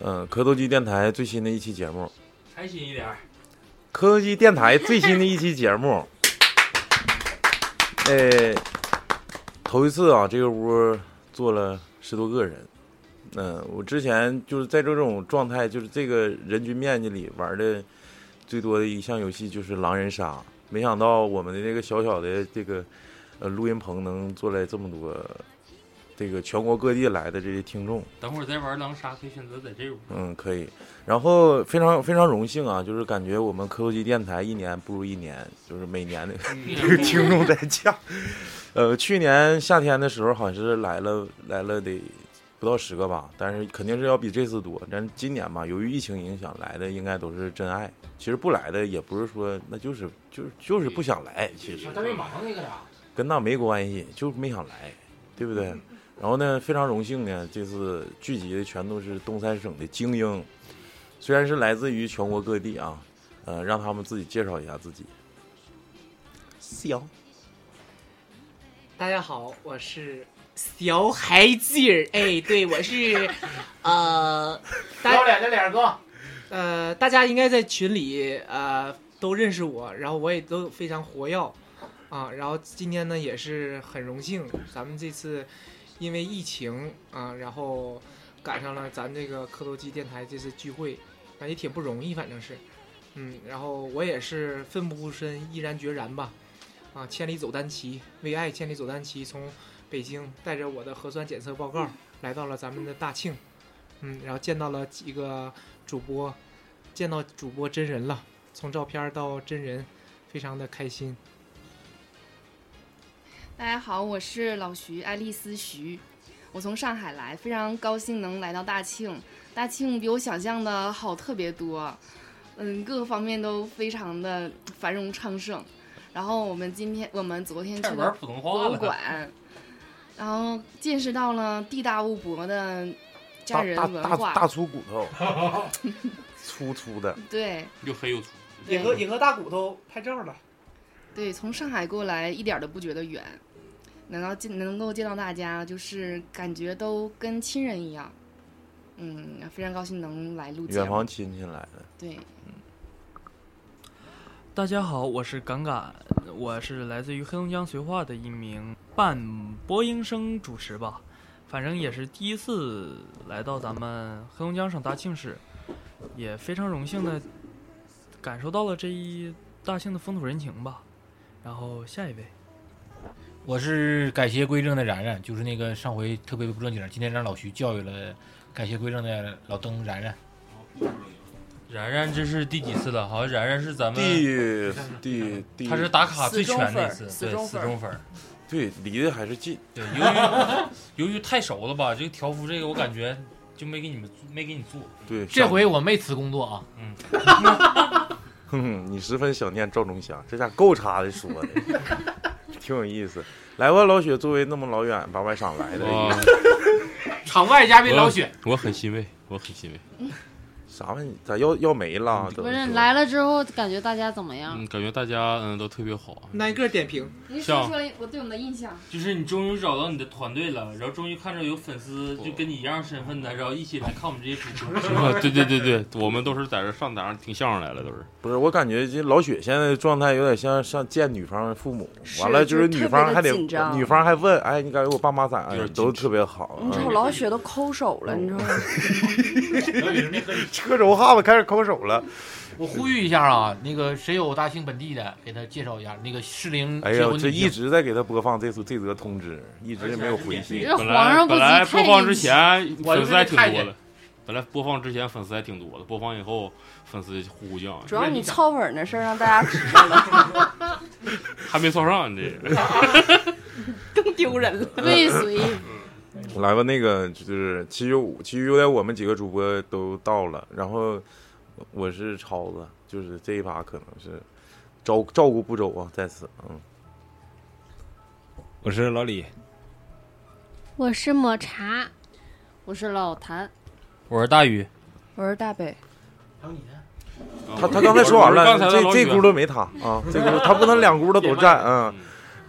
嗯，磕头机电台最新的一期节目，开心一点儿。磕头机电台最新的一期节目， 呃，头一次啊，这个屋坐了十多个人。嗯、我之前就是在这种状态，就是这个人均面积里玩的最多的一项游戏就是狼人杀，没想到我们的这个小小的这个呃录音棚能坐来这么多这个全国各地来的这些听众。等会儿再玩狼杀，可以选择在这屋。嗯，可以。然后非常非常荣幸啊，就是感觉我们科技电台一年不如一年，就是每年的 这个听众在降。呃，去年夏天的时候好像是来了来了得不到十个吧，但是肯定是要比这次多。但是今年吧，由于疫情影响，来的应该都是真爱。其实不来的也不是说那就是就是就是不想来，其实都是忙那个啥。跟那没关系，就是没想来，对不对？然后呢，非常荣幸呢，这次聚集的全都是东三省的精英，虽然是来自于全国各地啊，呃，让他们自己介绍一下自己。小大家好，我是小海鸡 儿，哎，对，我是，呃，大脸的脸哥，呃，大家应该在群里呃都认识我，然后我也都非常活跃啊，然后今天呢也是很荣幸，咱们这次因为疫情啊，然后赶上了咱这个磕头机电台这次聚会，啊也挺不容易，反正是，嗯，然后我也是奋不顾身，毅然决然吧，啊，千里走单骑，为爱千里走单骑，从北京带着我的核酸检测报嗯告来到了咱们的大庆，嗯，然后见到了几个主播，见到主播真人了，从照片到真人，非常的开心。大家好，我是老徐，爱丽丝徐，我从上海来，非常高兴能来到大庆。大庆比我想象的好特别多，嗯，各个方面都非常的繁荣昌盛。然后我们今天，我们昨天开去始的玩普通博话物了。馆，然后见识到了地大物博的大匠人大文大化，大粗骨头， 粗粗的，对又黑又粗。对野哥大骨头拍照了，对，从上海过来一点儿都不觉得远，能够见能够见到大家，就是感觉都跟亲人一样。嗯，非常高兴能来录节远目房。亲戚来了。对，嗯大家好，我是敢敢，我是来自于黑龙江绥化的一名半播音生主持吧，反正也是第一次来到咱们黑龙江省大庆市，也非常荣幸的感受到了这一大庆的风土人情吧。然后下一位，我是改邪归正的然然，就是那个上回特别不正经，今天让老徐教育了改邪归正的老登然然。然然这是第几次了？好像然然是咱们，第第第，他是打卡最全那次，死对，忠粉儿死忠粉儿。对离得还是近，对，由于 由于太熟了吧，这个条幅这个我感觉就没给你们没给你做。对这回我没辞工作啊，嗯哼哼，你十分想念赵忠祥，这家够插的说的， 挺有意思。来吧，老雪，作为那么老远八外省来的，哇，场外嘉宾老雪，我很欣慰，我很欣慰。啥玩意？咋要要没了？嗯不怎么是说来了之后感觉大家怎么样？嗯，感觉大家嗯都特别好啊。挨个点评。您像说说我对我们的印象。就是你终于找到你的团队了，然后终于看着有粉丝就跟你一样身份的，然后一起来看我们这些主播。啊 对对对对，我们都是在这上档听相声来了，都是。不是，我感觉这老雪现在的状态有点像像见女方的父母，是完了就是是女特方别还得紧张女方还问，哎，你感觉我爸妈咋样有点矜持都特别好你瞅嗯啊，老雪都抠手了，你知道吗？车轴哈子开始抠手了。我呼吁一下啊，那个谁有大庆本地的，给他介绍一下那个适嗯龄哎结呀，婚这女一性。直在给他播放这次这则通知，一直也没有回你信。这本皇来上不本急来哎播太放之前我就粉丝还是挺太多监的，本来播放之前粉丝还挺多的，播放以后粉丝呼呼降，主要你凑粉儿的事儿让大家知道了，还没凑上你这个。 更丢人了。未遂，来吧，那个就是七九五，七九五点我们几个主播都到了，然后我是超子，就是这一把可能是照照顾不周啊，在此，嗯，我是老李，我是抹茶，我是老谭，我是大宇，我是大北，还有你呢？他他刚才说完啊我是了，刚才的这老这许轱辘没他啊，这轱辘他不能两 轱辘都占啊。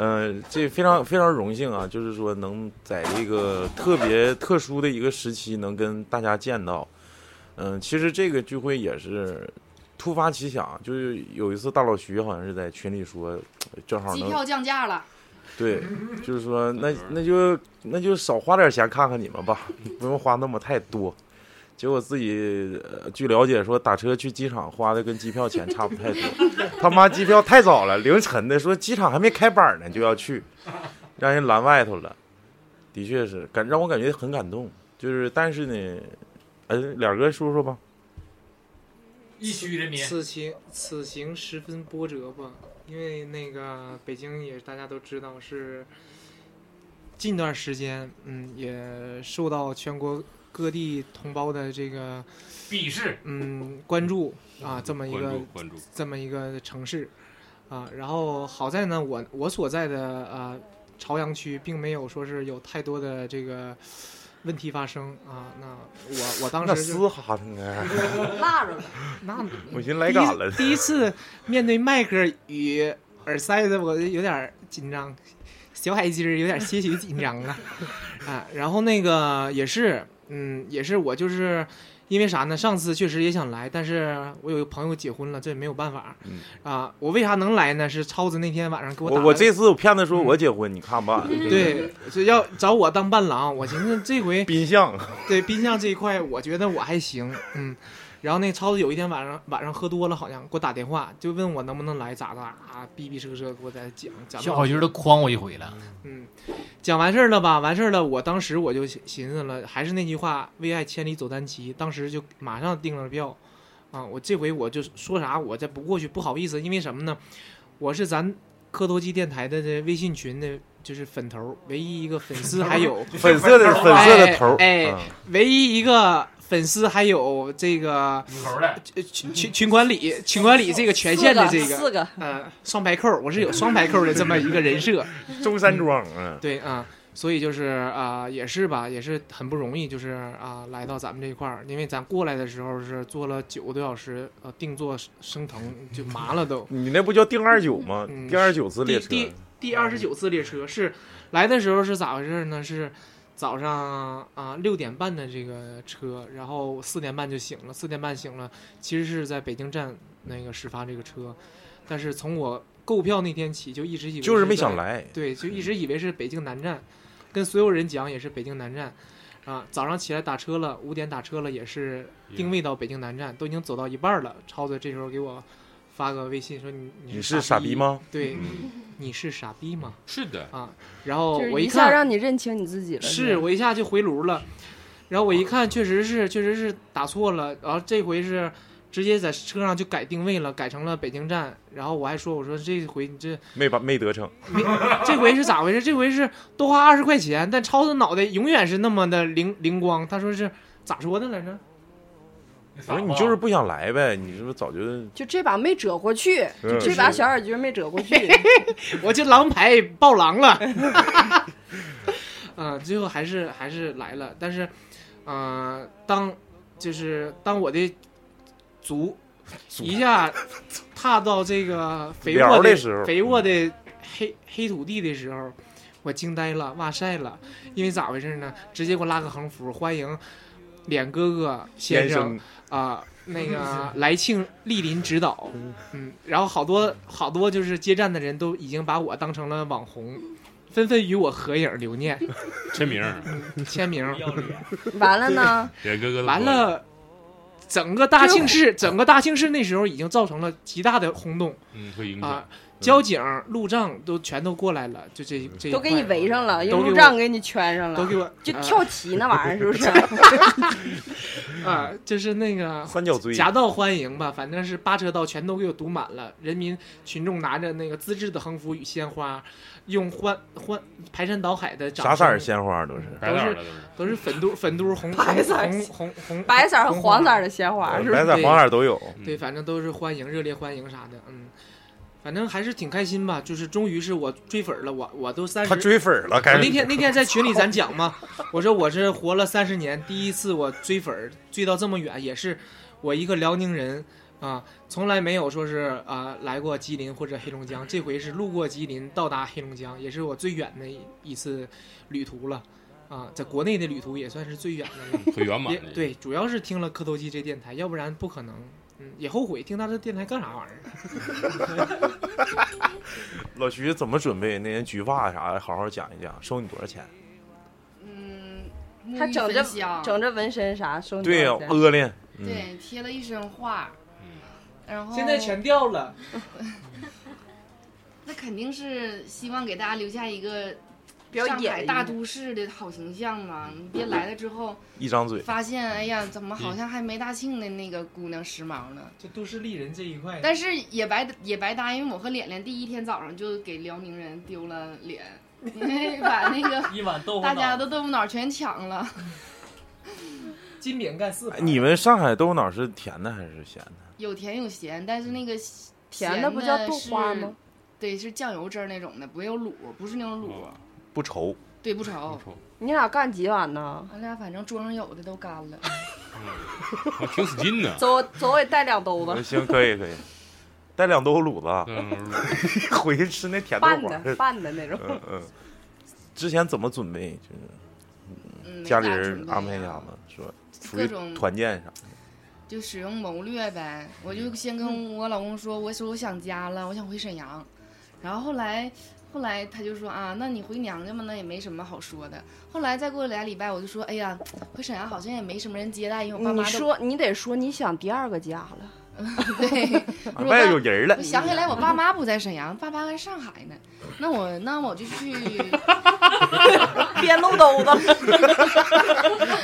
嗯、呃，这非常非常荣幸啊，就是说能在这个特别特殊的一个时期能跟大家见到，嗯，其实这个聚会也是突发奇想，就是有一次大老徐好像是在群里说，正好机能票降价了，对，就是说那那就那就少花点钱看看你们吧， 不用花那么太多。结果自己、呃、据了解说，打车去机场花的跟机票钱差不太多。 他妈机票太早了，凌晨的说机场还没开板呢就要去，让人拦外头了。的确是感让我感觉很感动，就是但是呢，呃，两哥说说吧，一区人民此行此行十分波折吧，因为那个北京也大家都知道是近段时间，嗯，也受到全国各地同胞的这个鄙视，嗯，关注啊，这么一个关注关注这么一个城市啊。然后好在呢，我我所在的啊朝阳区并没有说是有太多的这个问题发生啊。那我我当时那就嘶哈腾 啊，辣着了。那我寻思来赶了呢第一。第一次面对麦克与耳塞的，我有点紧张，小海鸡儿有点些许紧张啊啊！然后那个也是，嗯，也是我就是因为啥呢？上次确实也想来，但是我有个朋友结婚了，这也没有办法、嗯啊。我为啥能来呢？是超子那天晚上给我打我了嗯我这次我骗他说我结婚，你看吧，对是要找我当伴郎，我寻思这 回宾相，对冰箱这一块，我觉得我还行，嗯。然后那超子有一天晚上晚上喝多了，好像给我打电话，就问我能不能来，咋咋啊，逼逼扯扯给我在讲讲。小好军都诓我一回了，嗯，讲完事儿了吧？完事儿了，我当时我就寻思了，还是那句话，为爱千里走单骑。当时就马上订了票，啊，我这回我就说啥，我这不过去不好意思，因为什么呢？我是咱磕头机电台的这微信群的，就是粉头，唯一一个粉丝还有 粉色的粉色的头儿，哎，哎嗯唯一一个粉丝还有这个头的，群群群管理群管理这个权限的哎这四四个，嗯、双排扣，我是有双排扣的这么一个人设， 中山装，嗯，对啊、所以就是啊、也是吧，也是很不容易，就是啊、来到咱们这一块儿，因为咱过来的时候是坐了九个多小时，呃，定坐生疼就麻了都。你那不叫定二九吗？嗯第二九次列第车，第第二十九次列车是来的时候是咋回事呢？是早上啊六、点半的这个车，然后四点半就醒了，四点半醒了，其实是在北京站那个始发这个车，但是从我购票那天起就一直以为就是没在想来，嗯对，就一直以为是北京南站，跟所有人讲也是北京南站，啊，早上起来打车了，五点打车了，也是定位到北京南站，都已经走到一半儿了。超子这时候给我发个微信说你：“你你是是傻逼？吗？对，嗯，你是傻逼吗是的？”，啊，然 后就是我一下看，让你认清你自己了。是吧我一下就回炉了，然后我一看，确实是确实是打错了，然后这回是。直接在车上就改定位了，改成了北京站。然后我还说：“我说这回你这没把没得逞，这回是咋回事？这回是多花二十块钱，但超子脑袋永远是那么的灵灵光。他说是咋说的来着？我说你就是不想来呗，你是不是早就就这把没折过去，嗯就这把小耳菊没折过去。 我这狼牌爆狼了。 嗯、最后还是还是来了，但是，呃，当就是当我的足一下踏到这个肥沃聊的的时候肥沃的黑黑土地的时候，我惊呆了，哇塞了！因为咋回事呢？直接给我拉个横幅，欢迎脸哥哥先天生生啊、那个来庆莅临指导，嗯，然后好多好多就是接站的人都已经把我当成了网红，纷纷与我合影留念、签名儿，签名。要脸，完了呢，脸哥哥的完朋友，了，整个大庆市，整个大庆市那时候已经造成了极大的轰动嗯，嗯会影响啊，交警、路障都全都过来了，就这这一都给你块儿围上了，都用给我路障给你圈上了，都给我就啊跳棋那玩意儿是不 是？啊，就是那个三角锥，夹道欢迎吧，反正是八车道全都给我堵满了，人民群众拿着那个自制的横幅与鲜花，用欢欢排山倒海的掌啥色儿声鲜花都是，白脸儿了都是。都是粉嘟粉嘟红白色儿红红红白色儿和红花黄色儿的鲜花是不是？白色儿对黄色儿都有，嗯对，反正都是欢迎，热烈欢迎啥的，嗯，反正还是挺开心吧。就是终于是我追粉儿了，我我都三他十。追粉儿了，我开那始天那天在群里咱讲嘛，我说我是活了三十年，第一次我追粉儿追到这么远，也是我一个辽宁人啊，从来没有说是啊来过吉林或者黑龙江，这回是路过吉林到达黑龙江，也是我最远的一一次旅途了啊，在国内的旅途也算是最远 的了。很圆满也的。对，主要是听了磕头机这电台，要不然不可能。嗯，也后悔听他这电台干啥玩意儿。老徐怎么准备那些局发啥，好好讲一讲，收你多少钱？嗯，沐他浴整这焚香整这纹身啥，收你对呀，多少钱恶劣。嗯，对贴了一身画，然后嗯现在全掉了，那肯定是希望给大家留下一个比较上海野大都市的好形象嘛。你别来了之后一张嘴。发现，哎呀，怎么好像还没大庆的那个姑娘时髦呢？就都市丽人这一块。但是也白也白搭，因为我和脸脸第一天早上就给辽宁人丢了脸， 因为把那 个一碗豆腐脑大家的豆腐脑全抢了。金饼干四哎，你们上海豆腐脑是甜的还是咸的？有甜有咸，但是那个甜的不叫豆花吗？对，是酱油汁儿那种的，不有卤，不是那种卤，哦不稠。对，不稠。不你俩干几碗呢？俺俩反正桌上有的都干了，错还挺使劲呢。 走走，我也带两兜子，呃行，可以可以。带两兜卤子，嗯，回去吃那甜豆拌花的。拌的那种。嗯 嗯。之前怎么准备？就是嗯，家没里咋人准备安排一呀下子，说出各去种团建啥的。就使用谋略呗。我嗯就嗯先跟我老公说，我说我想家了，我想回沈阳。然后后来，后来他就说啊，那你回娘家嘛，那也没什么好说的。后来再过俩礼拜，我就说，哎呀，回沈阳好像也没什么人接待，因为我爸你妈都说你得说你想第二个家了， 对。啊外头有人了我，想起来，我爸妈不在沈阳，爸妈在上海呢。那我那我就 去，别漏兜子了。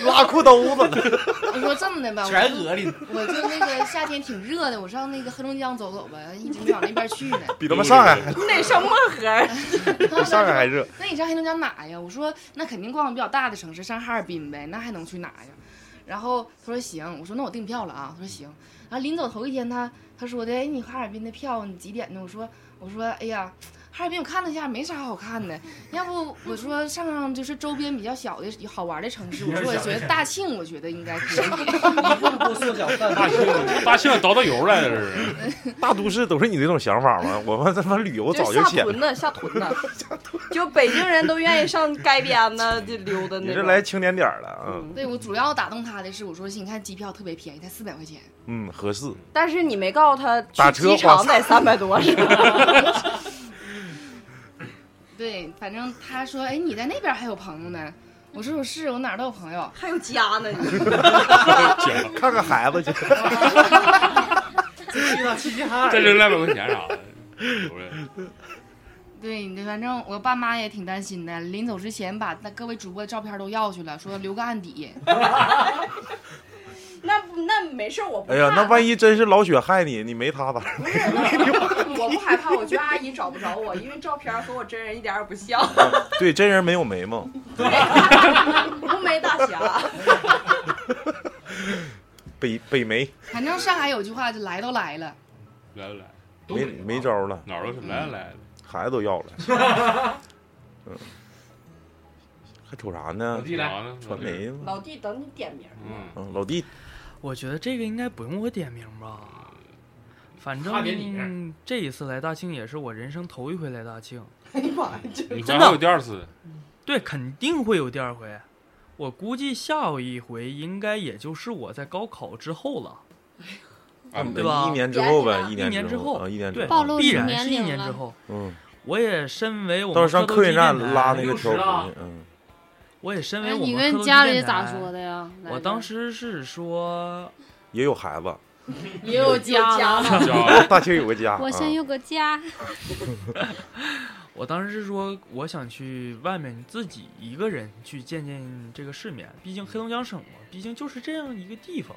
拉裤兜子呢。 我说这么的吧，我全就鹅里， 我就那个夏天挺热的，我上那个黑龙江走走吧，一直没往那边去呢。 比他妈上 海你得上漠河儿，比上海还热。那你上黑龙江哪呀？我说那肯定逛比较大的城市，上哈尔滨呗，那还能去哪呀？然后他说行，我说那我订票了啊。他说行。然后临走头一天他，他说的，哎，你哈尔滨的票你几点呢？我说我说哎呀，哈尔滨我看了一下没啥好看的，要不我说上上就是周边比较小的好玩的城市。我说我觉得大庆，我觉得应该可以。 一步步缩小范 大围。庆大庆倒倒油来了，这是。 大都市都是你这种想法吗？我们他妈旅游就早就下浅屯了。子，下屯 子，就北京人都愿意上街 边呢，就溜达你那这种。来清点点儿了，嗯嗯，对我主要打动他的是，我说你看机票特别便宜，才四百块钱。嗯，合适。但是你没告诉他打去车机场花得三百多是吧？ 对，反正他说，哎，你在那边还有朋友呢。我说我是，我哪儿都有朋友。还有家呢，你 看看孩子去。去到齐齐哈尔，再扔两百块钱啥的，有人对，你反正我爸妈也挺担心的，临走之前把那各位主播的照片都要去了，说留个案底。 那不那没事儿，我不哎呀，怕那万一真是老雪害你，你没他咋办？我不害怕，我觉得阿姨找不着我，因为照片儿和我真人一点儿也 不像，对，真人没有眉毛。浓眉大 侠。北北梅反正上海有句话，就来都来了，来不来？没没招儿了，啊嗯哪儿都是来来了。孩子都要了， 嗯，还瞅啥呢？地来呢？传媒吗？老弟，等你点名儿呢。嗯，嗯，老弟，我觉得这个应该不用我点名吧，反差点你正这一次来大庆也是我人生头一回来大庆，哎呀妈呀，这你还真的会有第二次？对，肯定会有第二回。我估计下一回应该也就是我在高考之后了，啊嗯对吧一年之后呗，一一年年之后啊，一年之对暴露必你然年是一龄年之了后。 嗯，哦我也身为我们到时候上磕头客机运站电台拉那个60球了儿去，嗯，我也身为哎，我们你磕头跟机家里电咋台说？的呀？来我着当时是说，也有孩子，也有家了，了，家大庆有个家，我啊先有个家，嗯我当时是说我想去外面自己一个人去见见这个世面，毕竟黑龙江省嘛，毕竟就是这样一个地方。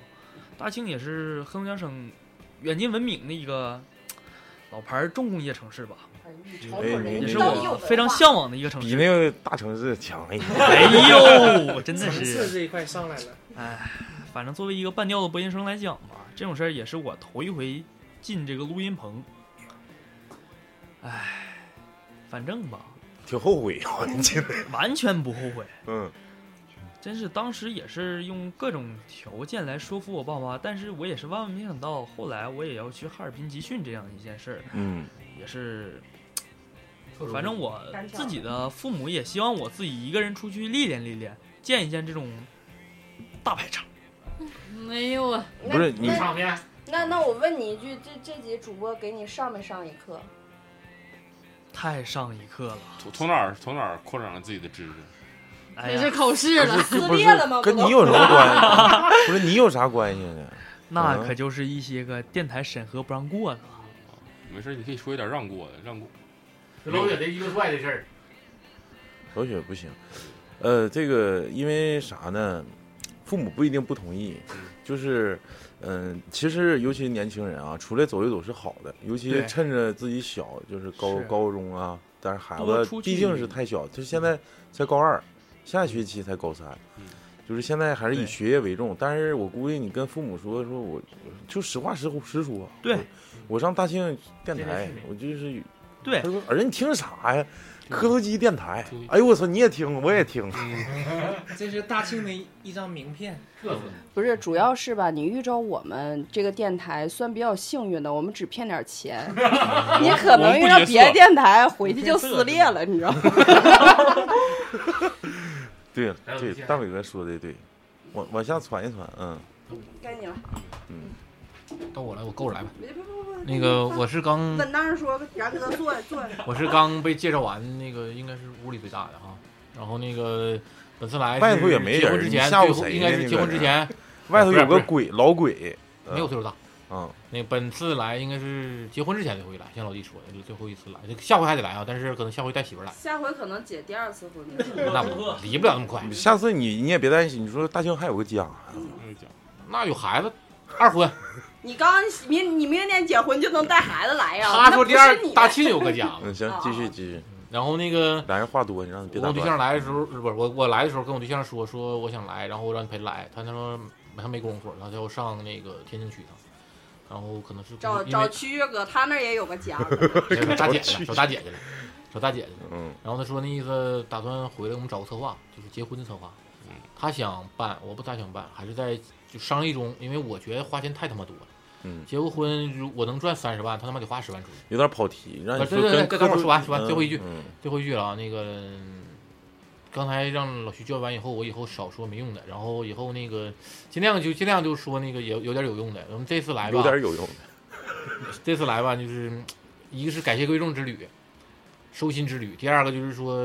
大庆也是黑龙江省远近闻名的一个老牌重工业城市吧，哎也是我非常向往的一个城比市。那个大城市强一点。哎呦，我真的层次是，这一块上来了，哎，反正作为一个半吊子播音生来讲吧，这种事儿也是我头一回进这个录音棚。哎，反正吧，挺后悔，我真的， 完全不后悔。 嗯，真是当时也是用各种条件来说服我爸妈，但是我也是万万没想嗯到，后来我也要去哈尔滨集训这样一件事儿，嗯，也是反正我自己的父母也希望我自己一个人出去历练历练，见一见这种大排场。 没有啊，那不是你那那那我问你一句，这这集主播给你上没上一课？太上一课了。从从哪儿从哪儿扩展了自己的知识？哎这呀是考试了，不是跟你有什么关系？不是你有啥关系呢？那嗯可就是一些个电台审核不让过了。没事，你可以说一点让过的，让过。老铁的一个坏的事儿，小雪不行。呃，这个因为啥呢？父母不一定不同意，就是，嗯、其实尤其是年轻人啊，出来走一走是好的，尤其对趁着自己小，就是高是高中啊，但是孩多子出去毕竟是太小，他现在才高二，下学期才高三，嗯就是现在还是以学业为重。但是我估计你跟父母说说我，我就实话实实说，对我，我上大庆电这件台事情，我就是对他说嗯儿子你听啥呀？磕头机电台，哎呦我操，你也听，我也听。嗯这是大庆的一一张名片，不是，主要是吧，你遇着我们这个电台算比较幸运的，我们只骗点钱， 你可能遇到别的电台回去就撕裂了，你 知道吗？ 对还有对一，些大伟哥说的对，往往下传一传，嗯 该你了，嗯。到我了，我够了来吧。别别别那个我是刚稳当说，然后搁那坐下坐下。我是刚被介绍完，那个应该是屋里最大的哈。然后那个本次来是外头也没结人婚儿，之你前，吓最唬后谁应该呢是你结婚搁之这前，外头有不个是不是鬼老鬼，没有岁数大。嗯，那本次来应该是结婚之前最后一来，像老弟说的，就是最后一次来，下回还得来啊，但是可能下回带媳妇儿来，下回可能结第二次婚 那不离不了那么快。下次你你也别担心，你说大庆还有个家，啊那有孩子，二婚。你刚明你明年结婚就能带孩子来呀？他说第二 那不是你的哦大庆有个家嘛嗯，行，继续继续。然后那个俩人话多，你让你别我打跟我对象断。来的嗯时候，不是我我来的时候跟我对象说说我想来，然后我让你陪来，他他说他没工夫，他要上那个天津去一趟，然后可能是找因为找区月哥，他那儿也有个 家。没有大姐去了，找找大姐去了，找大姐去了。嗯，然后他说那意思打算回来我们找个策划，就是结婚的策划。嗯，他想办，我不大想办，还是在就商议中，因为我觉得花钱太他妈多了。嗯，结个婚如我能赚三十万，他他妈得花十万出去。有点跑题，让你啊说对对对，对跟科等会儿普说完说完，嗯最后一句嗯，最后一句了啊。那个嗯刚才让老徐教完以后，我以后少说没用的，然后以后那个尽量就尽量就说那个有有点有用的。我们这次来吧，有点有用的。 这次来吧，就是嗯一个是感谢贵重之旅，收心之旅；第二个就是说，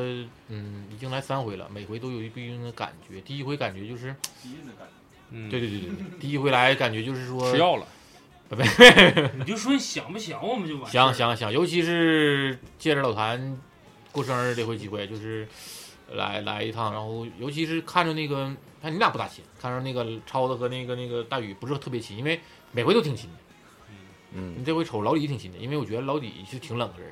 嗯，已经来三回了，每回都有一不一样的感觉。第一回感觉就是，嗯对对对对对，第一回来感觉就是说吃药 了，不不，你就说你想不想我们就完事儿想想想，尤其是借着老谭过生日这回机会，就是来来一趟，然后尤其是看着那个，看你俩不大亲，看着那个超子和那个那个大宇不是特别亲，因为每回都挺亲的。嗯，你这回瞅老李挺亲的，因为我觉得老李是挺冷的人。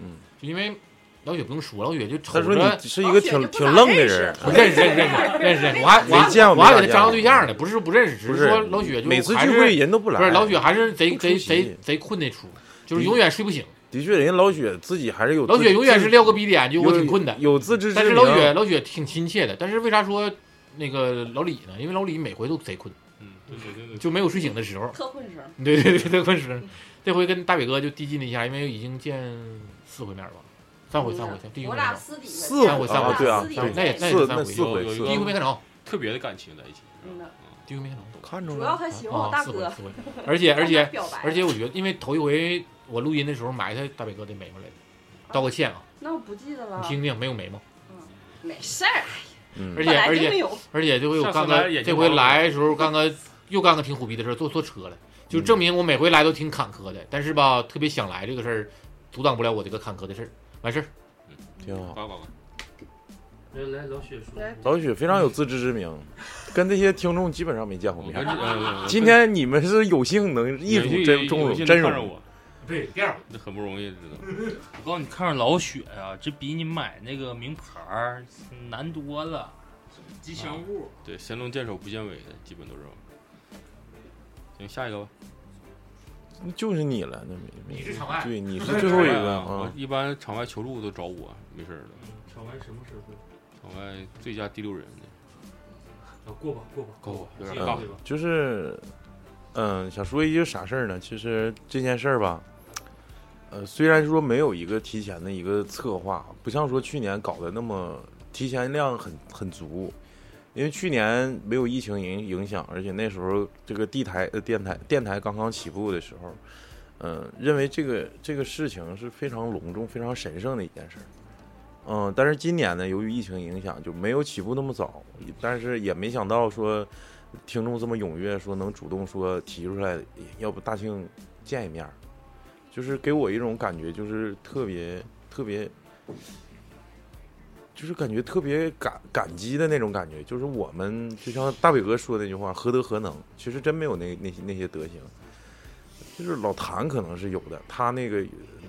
嗯，就因为老雪不用说，老雪就瞅他着说你是一个挺挺愣的人，我认识认识认识认识认识，我还我没见还过我还给没他咋张罗见对象呢，不是不认识，只不是说是老雪就每次还聚是会人都不来不是老雪还是贼不出贼席贼贼困那出，就是永远睡不醒。的确，人家老雪自己还是有自老知。雪永远是撂个逼点，就我挺困的。有有自知之但明。啊是老雪老雪挺亲切的，但是为啥说那个老李呢？因为老李每回都贼困，嗯，对对对对，就没有睡醒的时候。特混声。对对对，特困时。 这回跟大伟哥就递进了一下，因为已经见四回面了吧，三回三回三，第一我回俩没私底下四三回回三回啊对啊三回对那也那也四三那回四回第四一回回没看着，嗯特别的感情在一起。嗯呐第一回没看着。看着主要他喜欢我啊大四回哥四回而且而且表白而且我觉得，因为头一回我录音的时候埋汰大伟哥的眉毛来着，道个歉啊， 那我不记得了嗯你，听听没有眉毛。没事儿。嗯而本且来而就没且有而且这回我上次刚来刚眼睛这回毛来的时候，刚刚 又干个挺虎逼的事儿，坐错车了，嗯就证明我每回来都挺坎坷的，但是吧，特别想来这个事儿，阻挡不了我这个坎坷的事儿，完事儿。嗯挺好。呱呱呱来来，老雪说，老许非常有自知之明，跟这些听众基本上没见过面我跟这呃。今天你们是有幸能一睹真有中幸容，真看着容我。对，第二那很不容易，知道吗？我告诉你，看上老雪啊，这比你买那个名牌儿难多了，啊吉祥物。对，神龙见首不见尾的，基本都是这种。行，下一个吧。就是你了，那没没你是场外对，你是最后一个我啊。一般场外求助都找我，没事儿的。场外什么时候？场外最佳第六人的，啊过吧过吧够有点这个尬对吧。嗯就是，嗯，想说一句啥事儿呢？其实这件事儿吧，呃，虽然说没有一个提前的一个策划，不像说去年搞得那么提前量很很足，因为去年没有疫情影影响，而且那时候这个地台呃电台电台刚刚起步的时候，嗯、认为这个这个事情是非常隆重、非常神圣的一件事儿。嗯，但是今年呢，由于疫情影响，就没有起步那么早，但是也没想到说听众这么踊跃，说能主动说提出来，要不大庆见一面儿，就是给我一种感觉，就是特别特别，就是感觉特别感感激的那种感觉。就是我们就像大伟哥说的那句话，何德何能，其实真没有那那些那些德行。就是老谭可能是有的，他那个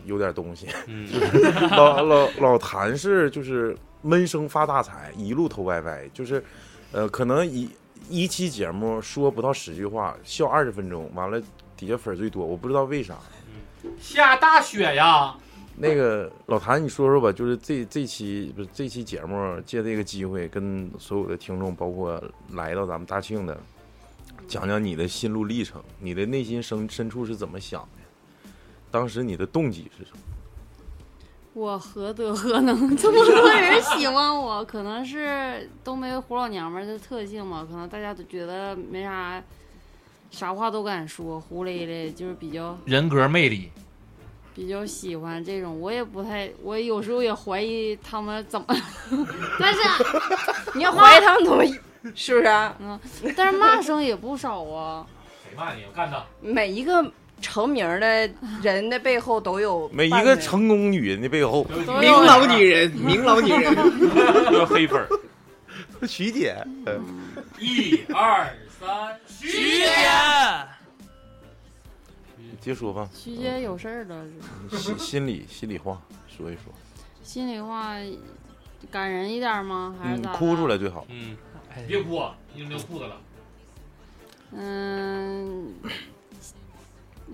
有点东西。嗯 老老老谭是就是闷声发大财，一路投歪歪，就是呃，可能一一期节目说不到十句话，笑二十分钟，完了底下粉儿最多，我不知道为啥。下大雪呀！那个老谭，你说说吧，就是这这期不是这期节目，借这个机会跟所有的听众，包括来到咱们大庆的，讲讲你的心路历程，你的内心深深处是怎么想的，当时你的动机是什么？我何德何能，这么多人喜欢我？可能是东北虎老娘们儿的特性嘛，可能大家都觉得没啥，啥话都敢说，胡咧咧，就是比较人格魅力，比较喜欢这种。我也不太，我有时候也怀疑他们怎么，但是你要怀疑他们怎么，是啊不是、嗯，但是骂声也不少啊。谁骂你？我干他！ 每一个成名的人的背后都有每一伴个侣成功女人的背后，有名老女 人，名老女人， 有黑粉儿，徐姐，呃一二三，徐姐，接着说吧，徐姐有事儿了， 心心里心里话说一说，心里话感人一点儿吗？还是嗯咋，的？哭出来最好。嗯，哎别啊哭，啊一人尿裤子了。嗯，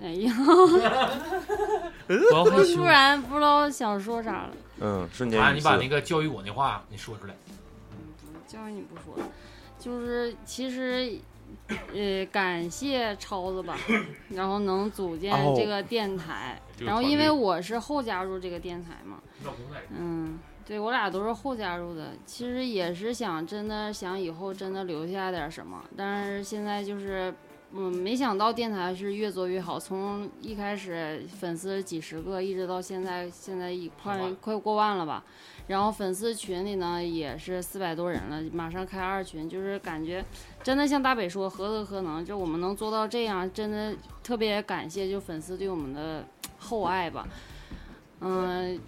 哎呀，我要我回去 突然不知道想说啥了，嗯，瞬啊，间你语把塞那。个教育我那话你说出来。叫你不说了，就是其实。呃，感谢超子吧，然后能组建哦这个电台，这个然后团因为队我是后加入这个电台嘛，老公在这嗯，对我俩都是后加入的，其实也是想真的想以后真的留下点什么，但是现在就是，嗯，没想到电台是越做越好，从一开始粉丝几十个，一直到现在，现在已快快过万了吧，然后粉丝群里呢也是四百多人了，马上开二群，就是感觉真的像大北说，何德何能，就我们能做到这样，真的特别感谢就粉丝对我们的厚爱吧。嗯、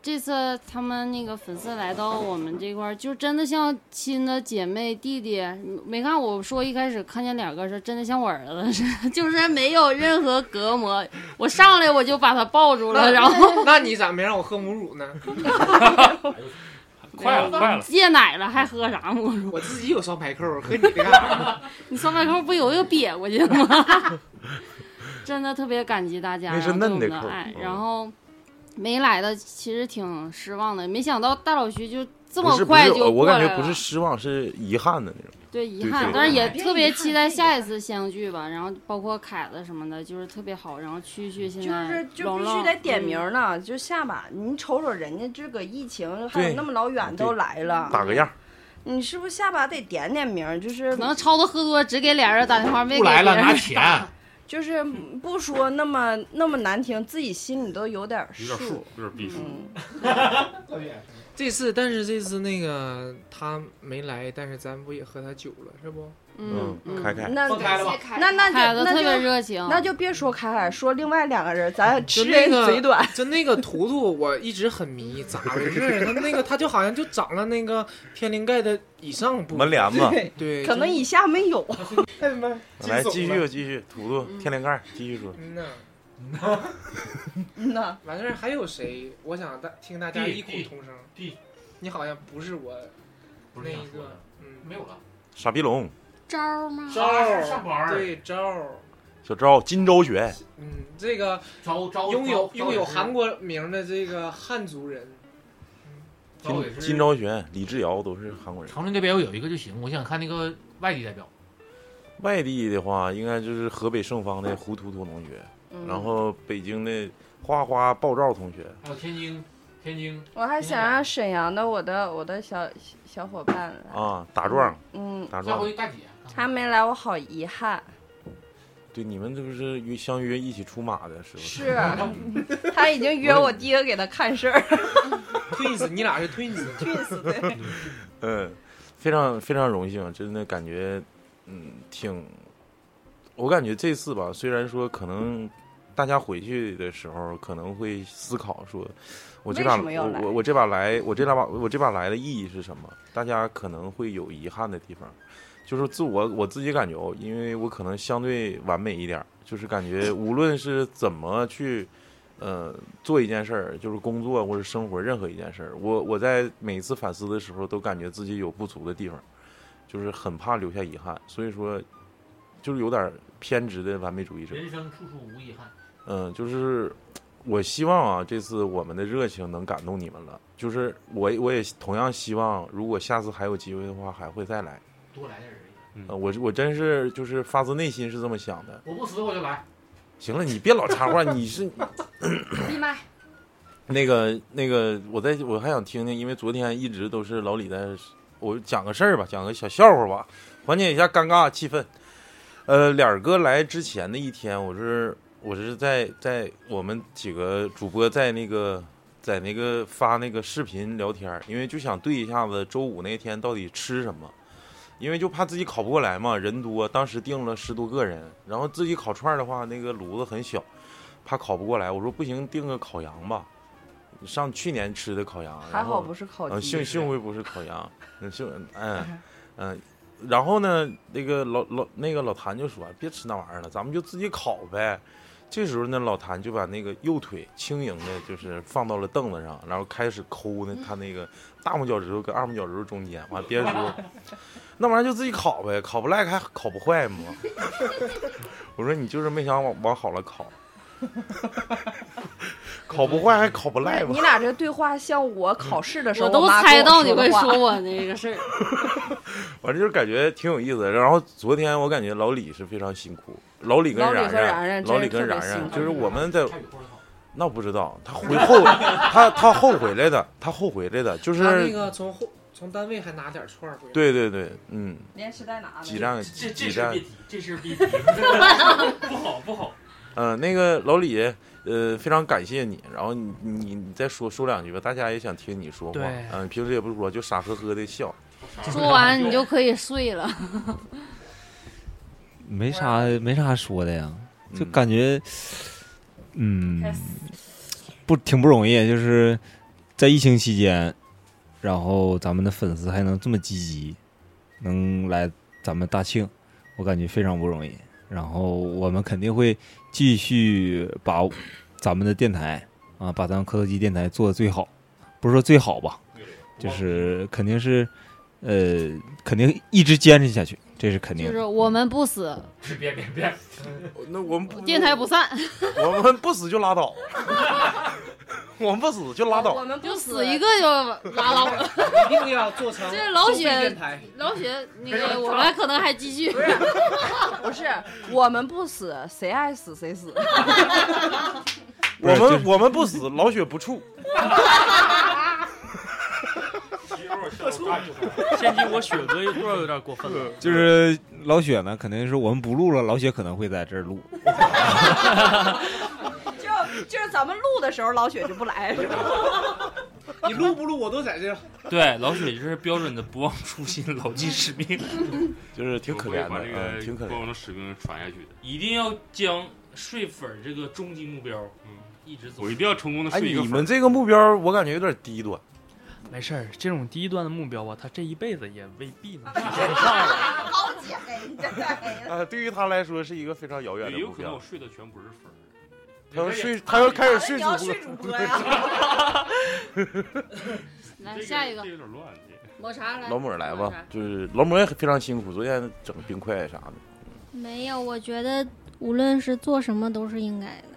这次他们那个粉丝来到我们这块儿，就真的像亲的姐妹弟弟。没看我说一开始看见两个是真的像我儿子 似的，就是没有任何隔膜。我上来我就把他抱住了，然后 那你咋没让我喝母乳呢？快了快了，戒嗯奶了，还喝啥母乳？我自己有双排扣，喝你的干啥？ 你双排扣不有一个瘪过去的吗？ 真的特别感激大家，那是然后对我嫩的们的扣儿爱，嗯然后没来的其实挺失望的，没想到大老徐就这不么是不快是，呃就我过感来觉了。不是失望，是遗憾的那种。对，遗对憾对，但是也别特遗别憾期哎别待遗下一次相聚吧。然后包括凯子什么的，就是特别好。然后蛐蛐现就在嗯是就必须得点名呢，就下马。你瞅瞅人家这个疫情，还有对那么老远都对来了，打个样儿，你是不是下巴得点点名儿？就是可能超子喝多，只给俩人打电话，没给不来了别拿人 钱， 就是不说那么那么难听，自己心里都有点有点数数。，有点逼数。嗯，这次，但是这次那个他没来，但是咱不也喝他酒了，是不？嗯嗯，凯凯，那放开了吧。那那凯就子特别那就热情，那就别说凯凯，说另外两个人，咱就吃那人个 嘴短。就那个图图，我一直很迷，咋回事儿？他那个他就好像就长了那个天灵盖的以上部门分，帘子，对，对，可能以下没 有。太慢。 嗯来惊悚继了续。继续，图图天灵盖儿，继续说。嗯呐， 嗯呐，完事儿还有谁？我想大听大家弟异口弟同声。弟，你好像不是我不那是想一说个的，，嗯，没有了。傻逼龙，招儿吗？上上班儿对招儿，小赵，金州学，嗯，这个招招拥有招拥有韩招国名的这个汉族人，招也金是金昭玄、李智尧都是韩国人。长春这边有一个就行，我想看那个外地代表。嗯外地的话，应该就是河北盛芳的胡图图同学，然后北京的花花爆照同学，还有天津，天津，我还想让沈阳的我的我的小小伙伴来啊打撞嗯，打撞下回大姐她没来，我好遗憾。对，你们这不是约相约一起出马的时候？是，她已经约我爹给她看事儿。 twins，你俩是 twins，twins 对。 嗯，非常非常荣幸，啊真的感觉，嗯，挺，我感觉这次吧，虽然说可能大家回去的时候可能会思考说，我这把为什么要我来我我这把来我这把我这把来的意义是什么？大家可能会有遗憾的地方，就是自我我自己感觉哦，因为我可能相对完美一点儿，就是感觉无论是怎么去。呃，做一件事儿，就是工作或者生活任何一件事儿，我我在每一次反思的时候，都感觉自己有不足的地方，就是很怕留下遗憾，所以说，就是有点偏执的完美主义者。人生处处无遗憾。嗯，就是我希望啊，这次我们的热情能感动你们了。就是我我也同样希望，如果下次还有机会的话，还会再来。多来点人，呃，我我真是就是发自内心是这么想的。我不死我就来。行了，你别老插话，你是闭麦。那个那个，我在我还想听听，因为昨天一直都是老李在，我讲个事儿吧，讲个小笑话吧，缓解一下尴尬气氛。呃，脸儿哥来之前的一天，我是我是在在我们几个主播在那个在那个发那个视频聊天儿，因为就想对一下子周五那天到底吃什么。因为就怕自己烤不过来嘛，人多，当时定了十多个人，然后自己烤串儿的话，那个炉子很小，怕烤不过来。我说不行，定个烤羊吧，上去年吃的烤羊，还然后好不是烤呃鸡幸幸亏不是烤羊，嗯幸 嗯嗯，然后呢，那个老老那个老谭就说哎别吃那玩意儿了，咱们就自己烤呗。这时候呢，老谭就把那个右腿轻盈的，就是放到了凳子上，然后开始抠呢他那个大拇脚趾头跟二拇脚趾头中间。完，别说，那玩意儿就自己烤呗，烤不赖还烤不坏嘛。我说你就是没想往往好了烤， 烤不坏还烤不赖吧 你？俩这对话像我考试的时候，我都妈跟猜到你说的会话说我那 个事儿。反正就是感觉挺有意思的。然后昨天我感觉老李是非常辛苦，老李跟老李然和然然，然老真李是跟特别然辛然，苦嗯就是我们在。那不知道，他回后，他他后回来的，他后回来的，就是他那个从后从单位还拿点串儿回来。对对对，嗯，连吃带拿几站这几这事儿站别，提，这事儿别提，不 好不好。嗯、那个老李，呃，非常感谢你，然后你你你再说说两句吧，大家也想听你说话，对嗯、平时也不说，就傻呵呵的 笑，说完你就可以睡了。没啥没啥说的呀，就感觉，嗯，不挺不容易，就是在疫情期间，然后咱们的粉丝还能这么积极，能来咱们大庆，我感觉非常不容易。然后我们肯定会继续把咱们的电台啊，把咱们科技电台做的最好，不是说最好吧，就是肯定是，呃，肯定一直坚持下去，这是肯定就的。是我们不死，别别别，那我们不电台不散，我们不死就拉倒， 我们不死就拉倒，们就死一个就拉倒 了。一定要做成这老收雪费电台，老雪 那个，我们可能还继续。不是，我们不死，谁爱死谁 死。我们我们不死，老雪不怵。现今我雪哥有多少有点过分哎了，就是老雪呢，肯定是我们不录了，老雪可能会在这儿录。就就是咱们录的时候，老雪就不来是吧？你录不录我都在这儿。对，老雪就是标准的不忘初心，牢记使命， 就是挺可怜的把这个嗯挺可怜光荣的使命传下去的。一定要将睡粉儿这个终极目标，一直走。嗯我一定要成功的哎，睡一个你粉。们这个目标我感觉有点低端，没事儿，这种低端的目标吧，他这一辈子也未必能。 哎 高姐，你这太黑了。 呃，对于他来说是一个非常遥远的也有目可能我标。睡的全不是粉儿。他要睡，他要开始睡你要睡主主播播。呀？来下一个这，有点乱。这个 抹茶来，老母儿来抹吧茶，就是老母儿也非常辛苦，昨天整冰块啥的。没有，我觉得无论是做什么都是应该的。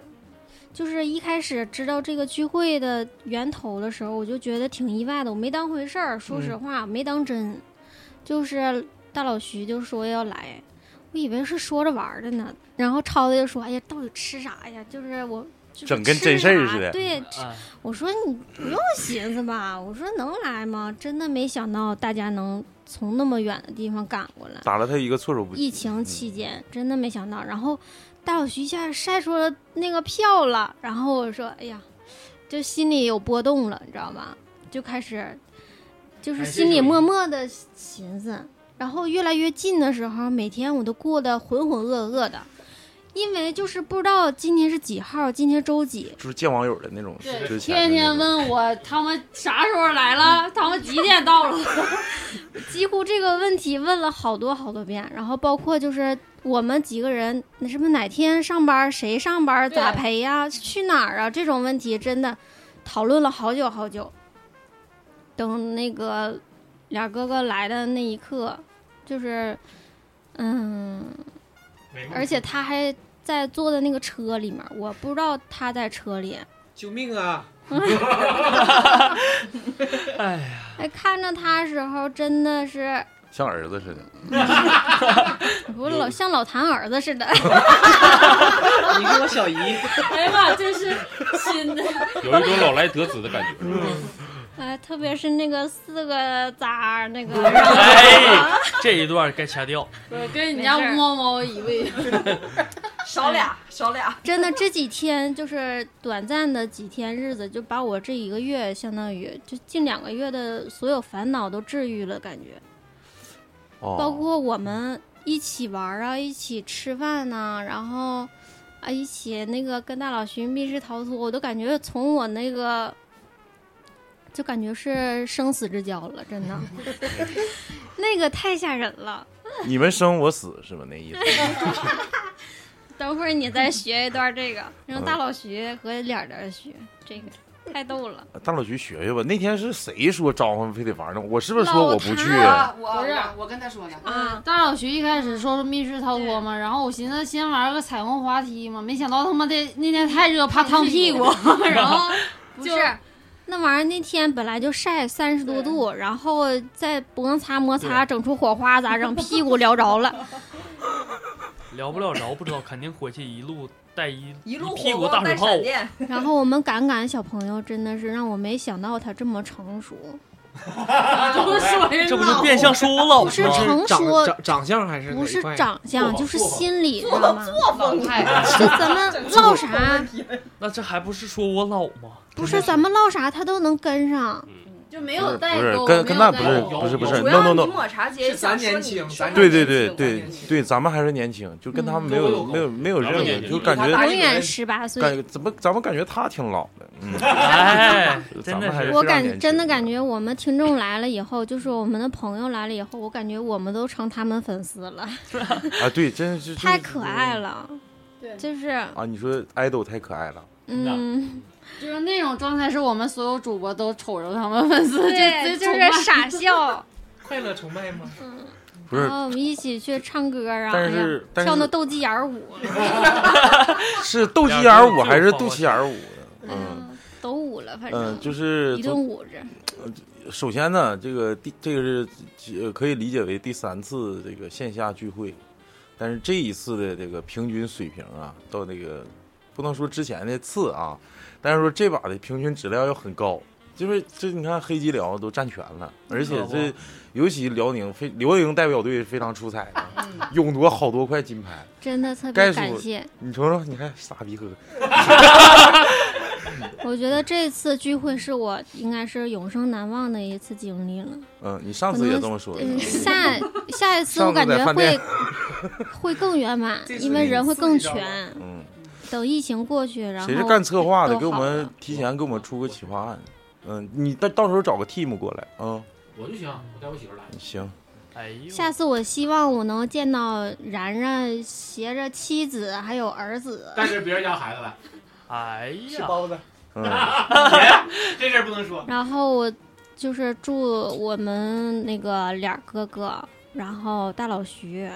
就是一开始知道这个聚会的源头的时候，我就觉得挺意外的，我没当回事儿，说嗯实话、没当真。就是大老徐就说要来，我以为是说着玩儿的呢。然后超子就说：“哎呀，到底吃啥呀？”就是我就是整跟真事儿似吃的啥对，吃我说你不用寻思吧，我说能来吗？真的没想到大家能从那么远的地方赶过来。打了他一个措手不及。疫情期间真的没想到，然后大小徐一下晒出了那个票了，然后我说哎呀，就心里有波动了，你知道吧？就开始就是心里默默的寻思，然后越来越近的时候，每天我都过得浑浑噩噩的，因为就是不知道今天是几号，今天周几，就是见网友的那种，之前天天问我他们 啥时候来了，他们几点到了，几乎这个问题问了好多好多遍，然后包括就是我们几个人，那是不是哪天上班，谁上班，对咋陪呀，去哪儿啊？这种问题真的讨论了好久好久。等那个俩哥哥来的那一刻，就是嗯，而且他还在坐的那个车里面，我不知道他在车里。救命啊！哎呀，哎，看着他时候真的是，像儿子似的。不是老像老谭儿子似的。 你跟我小姨，哎呀妈，真是新的。 有一种老来得子的感觉。嗯呃，特别是那个四个渣儿那个，哎，这一段该掐掉。我跟你家吴猫猫一位，少俩，少俩。真的这几天就是短暂的几天日子，就把我这一个月相当于就近两个月的所有烦恼都治愈了，感觉。包哦，括我们一起玩儿啊，一起吃饭呐、然后啊，一起那个跟大老徐密室逃脱，我都感觉从我那个就感觉是生死之交了，真的，那个太吓人了。你们生我死是吧？那意思。等会儿你再学一段这个，让嗯大老徐和脸儿脸儿学这个，太逗了。大老徐学学吧。那天是谁说招呼非得玩呢？我是不是说老我不去？ 啊我不是我我跟他说的，啊，大老徐一开始说是密室逃脱嘛，然后我寻思先玩个彩虹滑梯嘛，没想到他妈的那天太热，怕烫屁股，然后不是，那玩意儿那天本来就晒三十多度，然后再摩擦摩擦，整出火花咋整？屁股燎着了。聊不了着不知道，肯定回去一路带一一路屁股大水泡。 然后我们敢敢小朋友真的是让我没想到他这么成熟，这不说人这不就变相说我老不是吗成长熟， 长长相还是不是哪一块长相，就是心理，知作道吗？作风太是咱 们唠啥，那这还不是说我老吗？不是咱们唠啥，他都能跟上。嗯就没嗯不有是代不是沟，跟跟没有那代不是沟不是不是主，no no 要你 no。抹茶姐是想咱说年你轻说咱你对对年对轻我对年轻对，咱们还是年轻，就跟他们没嗯有没有没有任何，就感觉永远十八岁，感觉怎么咱们感觉他挺老的， 嗯，哎，咱真们的还是是我非常感年真的轻感觉我们听众来了以后，就是我们的朋友来了以后，我感觉我们都成他们粉丝了，啊，对，真是太可爱了。对就是啊！你说爱豆太 可爱了，嗯，就是那种状态，是我们所有主播都瞅着他们粉丝，对，就就是 傻 笑。快乐崇拜吗？嗯不是然后我们一起去唱歌啊，但哎呀是但是跳那斗鸡眼儿舞，是斗鸡眼舞还是斗鸡眼舞呢？嗯都舞了，反嗯，正就是一顿从舞着。首先呢，这个第这个是呃可以理解为第三次这个线下聚会，但是这一次的这个平均水平啊，到那个不能说之前的次啊，但是说这把的平均质量要很高，就是这你看黑吉辽都占全了，而且这尤其辽宁非辽宁代表队是非常出彩的，勇夺好多块金牌。 真的特嗯该别说感谢，你瞅瞅，你看傻逼哥，我觉得这次聚会是我应该是永生难忘的一次经历了。嗯，你上可次也能这么说的，嗯， 下下一次我上次感在觉饭会店 会更圆 满，这次因为你人会自更己找吧全。嗯，等疫情过去，然后谁是干策划的，都给我好们了提前给我们出个企划案。嗯，你到到时候找个 team 过来啊、我就行，我带我媳妇儿来。嗯，行，哎呦，下次我希望我能见到然然携着妻子还有儿子，带着别人家孩子来，哎吃呀，包子， 嗯，这事儿不能说。然后我就是祝我们那个脸儿哥哥，然后大老徐、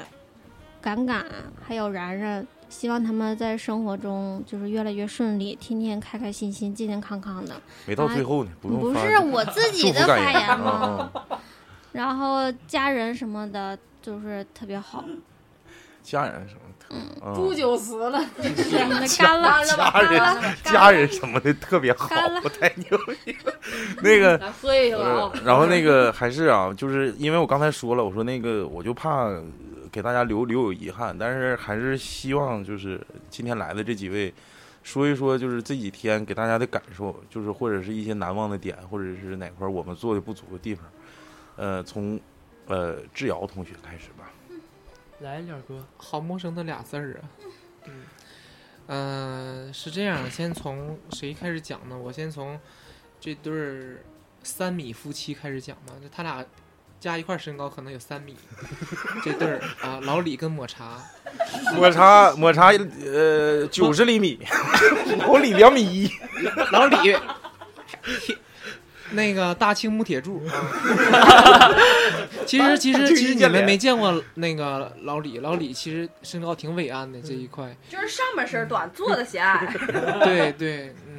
敢敢还有然然，希望他们在生活中就是越来越顺利，天天开开心心、健健康康的。没到最后呢，不用不发是我自己祝的福感发言言吗？啊啊！然后家人什么的，就是特别好。家人什么的，嗯不九十了， 干了家人家人什么的特别好干了，我太牛逼 了。那个来喝一个呃啊，然后那个还是啊，就是因为我刚才说了，我说那个我就怕呃给大家留留有遗憾，但是还是希望就是今天来的这几位。说一说，就是这几天给大家的感受，就是或者是一些难忘的点，或者是哪块儿我们做的不足的地方。呃，从呃志尧同学开始吧。来，点哥，好陌生的俩字儿啊。嗯，呃，是这样，先从谁开始讲呢？我先从这对儿三米夫妻开始讲吧。就他俩加一块儿身高可能有 三米，这对儿啊，老李跟抹茶，抹茶抹茶呃九十厘米， 老李两米一， 老李那个大青木铁柱。嗯 其 实其实其实你们没见过那个老李，老李其实身高挺伟岸的这一块。就是上半身短，坐的狭隘。 对对，嗯，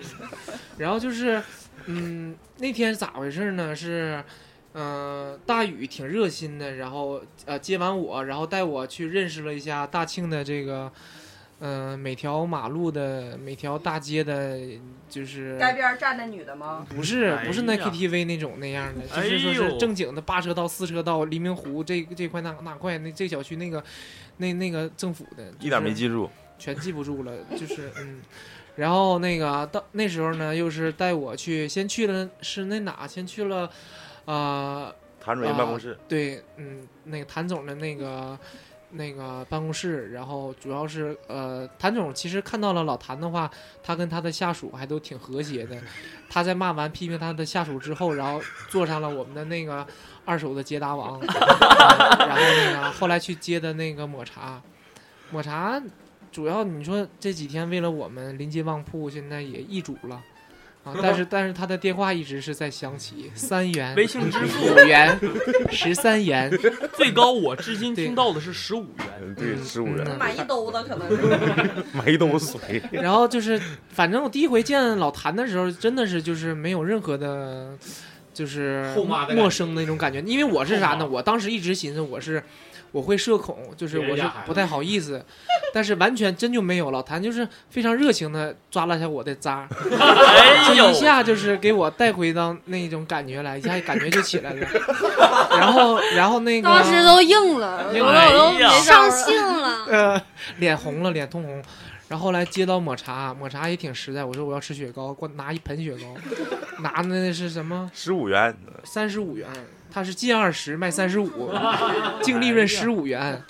然后就是，嗯，那天是咋回事呢？是，呃，大宇挺热心的，然后呃接完我，然后带我去认识了一下大庆的这个，呃，每条马路的每条大街的，就 是街边站的女的吗？不是不是那哎呀 KTV 那种那样的，就是说哎是呦正经的八车道、四车道、黎明湖这这块那那块那这小区那个那那个政府的，一点没记住，全记不住了，就是嗯。然后那个到那时候呢，又是带我去，先去了是那哪？先去了，啊、谭主任啊办公室对，嗯，那个谭总的那个那个办公室，然后主要是呃，谭总其实看到了老谭的话，他跟他的下属还都挺和谐的。他在骂完批评他的下属之后，然后坐上了我们的那个二手的捷达王，嗯然后那个后来去接的那个抹茶，抹茶主要你说这几天为了我们临街旺铺现在也易主了。啊，但是但是他的电话一直是在响起，三元、微信支付五元、十三元， 最高我至今听到的是十五元，嗯嗯对，十五人买一兜子可能是。买一桶水， 然后就是，反正我第一回见老谭的时候，真的是就是没有任何的，就是后妈的感觉陌生的那种感觉。因为我是啥呢？我当时一直寻思我是我会社恐，就是别我人是家孩子不太好意思，但是完全真就没有。老谭就是非常热情的抓了一下我的渣，哎呦这一下就是给我带回到那种感觉来，一下感觉就起来了。然后，然后那个当时都硬了，硬我了都哎呀没上性了。 呃，脸红了，脸通红。然后后来接到抹茶，抹茶也挺实在，我说我要吃雪糕，给我拿一盆雪糕，拿那是什么？十五元，三十五元，他是进二十卖三 十五，净利润十五元。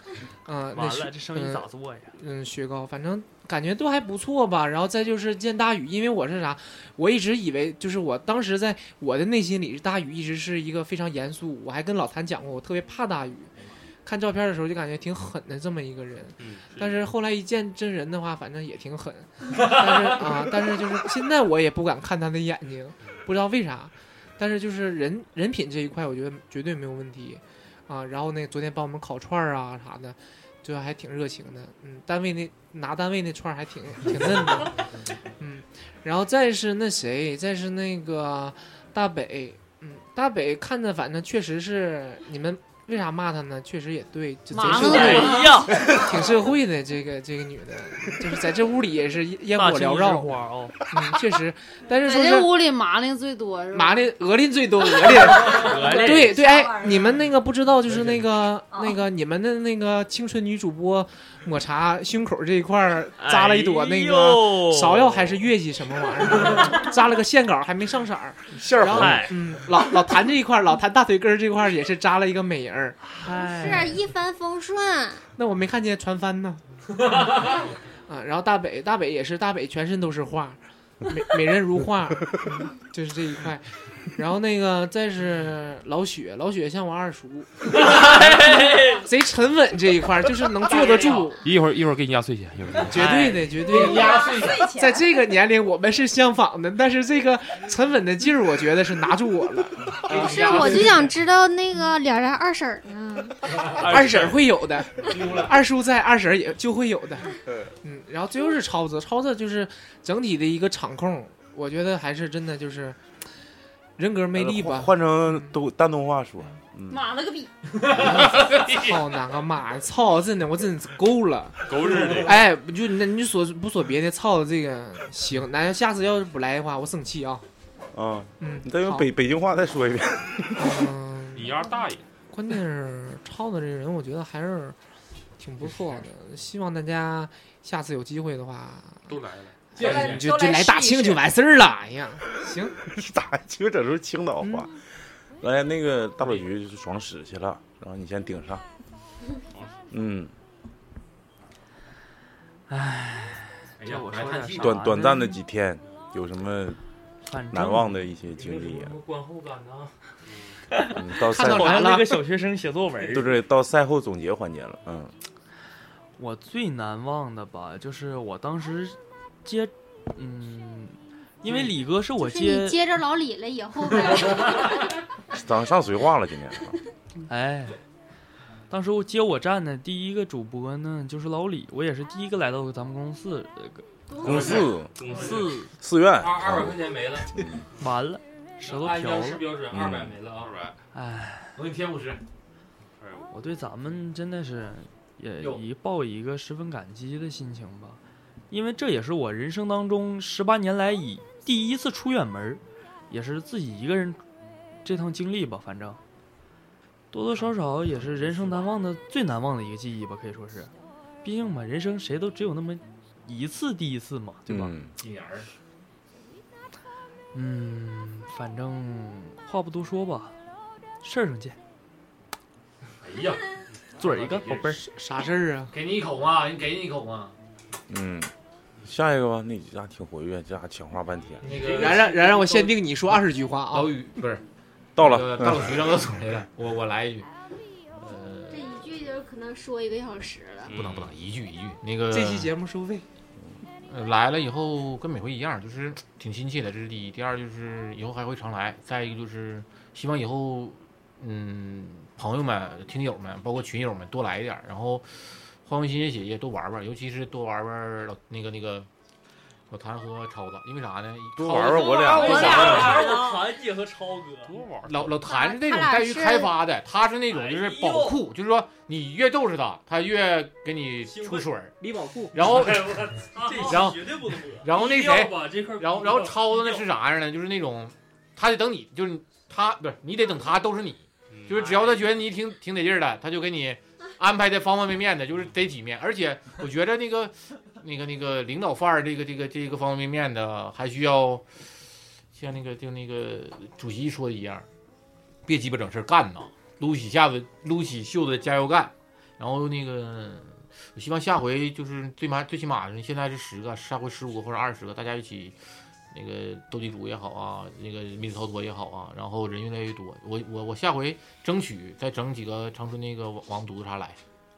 嗯、那完雪了这生意咋做呀？嗯？嗯，雪糕，反正感觉都还不错吧。然后再就是见大宇，因为我是啥，我一直以为就是我当时在我的内心里，大宇一直是一个非常严肃，我还跟老谭讲过，我特别怕大宇。看照片的时候就感觉挺狠的这么一个人，但是后来一见真人的话，反正也挺狠。但是啊，但是就是现在我也不敢看他的眼睛，不知道为啥。但是就是人人品这一块，我觉得绝对没有问题啊。然后那昨天帮我们烤串儿啊啥的，就还挺热情的。嗯，单位那拿单位那串儿还挺挺嫩的。嗯，然后再是那谁，再是那个大北，嗯，大北看着反正确实是你们。为啥骂他呢？确实也对，就贼社麻了会，挺社会的。这个这个女的，就是在这屋里也是烟火缭大庆一绕。枝花哦嗯，确实，但是在说这是屋里麻令最多是吧？麻令鹅令最多，鹅令令，对对，哎，你们那个不知道，就是那个那个你们的那个青春女主播抹茶胸口这一块儿扎了一朵那哎个呦芍药还是月季什么玩意儿， 扎了个线稿还没上色儿，线然后嗯，老老谭这一块儿，老谭大腿根儿这块儿也是扎了一个美人儿，是一帆风顺，那我没看见船帆呢。啊，然后大北，大北也是，大北全身都是画，美美人如画，嗯就是这一块。然后那个再是老雪，老雪像我二叔，贼沉稳这一块儿，就是能坐得住，哎一会儿一会儿给你压岁钱，一会儿给你压绝对的，绝对的。压岁钱在这个年龄我们是相仿的，但是这个沉稳的劲儿，我觉得是拿住我了。啊不啊哎是，我就想知道那个脸上二婶儿 呢，二婶儿会有的，二叔在，二婶儿也就会有的。嗯，然后最后是超子，超子就是整体的一个场控，我觉得还是真的就是人格魅力吧呃换换成都丹东话说，嗯，妈了个逼！ 操哪个妈呀！操，真的，我真是够了，狗日的哎，不就那你说不说别的，操这个行，咱下次要是不来的话，我生气啊！啊，嗯你再用好北北京话再说一遍。哎你丫大爷！关键是超子这人，我觉得还是挺不错的。希望大家下次有机会的话，都来了，就来就都就来来大试一庆就试完事儿了。哎呀，行，你 咋就整出青岛话？来，那个大嘴鱼就是爽屎去了，然后你先顶上。嗯，哎呀，我说点啥短短暂的几天，有什么反正难忘的一些经历啊？观后感呢？嗯，到赛看到后啥了一个小学生写作文对对，到赛后总结环节了。嗯，我最难忘的吧，就是我当时接，嗯，因为李哥是我是接你，接着老李了以 后呗。咱上绥化了今天。哎，当时我接我站的第一个主播呢，就是老李，我也是第一个来到咱们公司，呃公司公司寺院二二百块钱没了，完了，石头按瓢央了视标准，嗯二百没了啊，哎，我给你添五十。我对咱们真的是也哟以抱一个十分感激的心情吧，因为这也是我人生当中十八年来以第一次出远门儿，也是自己一个人这趟经历吧，反正多多少少也是人生难忘的最难忘的一个记忆吧，可以说是，毕竟嘛，人生谁都只有那么一次第一次嘛，对吧？一年儿，嗯，反正话不多说吧，事儿上见，哎呀，嘴儿一个宝贝儿，啥事儿啊？给你一口嘛，你给你一口嘛。嗯，下一个吧，那你这家挺活跃，这家抢话半天。那个然然然让我限定你说二十句话啊！老宇不是到那个了，大老徐让他嘴呃了，我我来一句，这一句就可能说一个小时了。不能不能一句一句。那个这期节目收费，呃来了以后跟每回一样，就是挺亲切的，这是第一。第二就是以后还会常来。再一个就是希望以后，嗯，朋友们、听友们，包括群友们多来一点儿，然后换换新鲜血液，多玩玩，尤其是多玩玩老那个那个老谭和超子，因为啥呢？多玩玩我俩超子我俩还是我谭姐和超哥，多玩老老谭是那种待于开发 的，他是那种就是宝库，就是说你越斗着他，他越给你出水儿。李宝 库然后哎我操 这然后绝对不能播然后那低调谁吧这块儿，哎然后低然调后超子呢是啥样呢？就是那种，他得等你，就是你他不是你得等他斗是你，嗯就是只要他觉得你挺挺得劲儿的，他就给你安排的方方面面的，就是得体面。而且我觉得那个那个那个领导范儿，这个这个这个方方面面的，还需要像那个就那个主席说的一样，别鸡巴整事儿干呐，撸起下子撸起袖子加油干。然后那个，我希望下回就是最码最起码是现在是十个，下回十五个或者二十个，大家一起那个斗地主也好啊，那个密室逃脱也好啊，然后人越来越多。我我我下回争取再整几个长春那个王王犊子啥来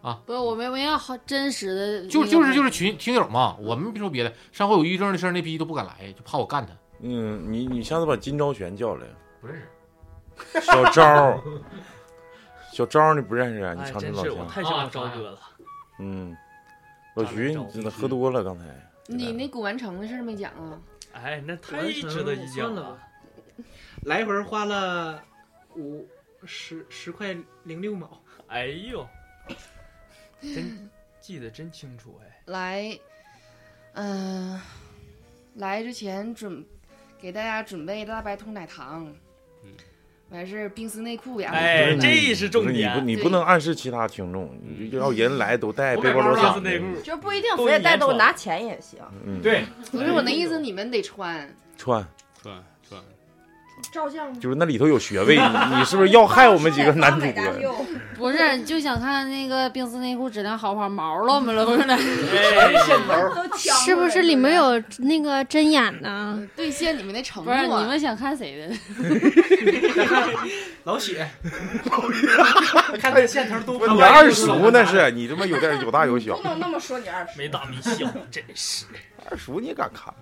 啊。 不是，我们我们要好真实的那嗯个，就就是就是群听友嘛，我们别说别的，上回有抑郁症的事儿那批都不敢来，就怕我干他。嗯，你你下次把金昭玄叫来，不认识。小 昭 儿，小昭儿你不认识啊？你哎，长真春老是我乡。太像我超哥了。嗯，老徐，你真的喝多了刚才。你那古玩城的事儿没讲啊？哎，那太值得一讲了啊吧。来回花了五十十块零六毛。哎呦，真记得真清楚哎。 来，嗯、来之前准给大家准备大白兔奶糖，完事儿冰丝内裤呀。嗯哎不这嗯是重不你不点你不能暗示其他听众，你就要人来都带背包我罗买包伞了的。就不一定非得带动，拿钱也行。嗯，对，不是我那意思，你们得穿。穿穿穿，照相就是那里头有穴位， 你你是不是要 害我们几个男主播？不是就想看那个冰丝内裤质量好不好？毛了没了不是呢？哎是不是里面有那个针眼呢？兑现你们的呃承不 诺啊。是你们想看谁 的？ 老 雪，看他线头多不你二叔那是你他妈有点有大有小不，能那么说你二十。没大没小，真是。二叔你敢看？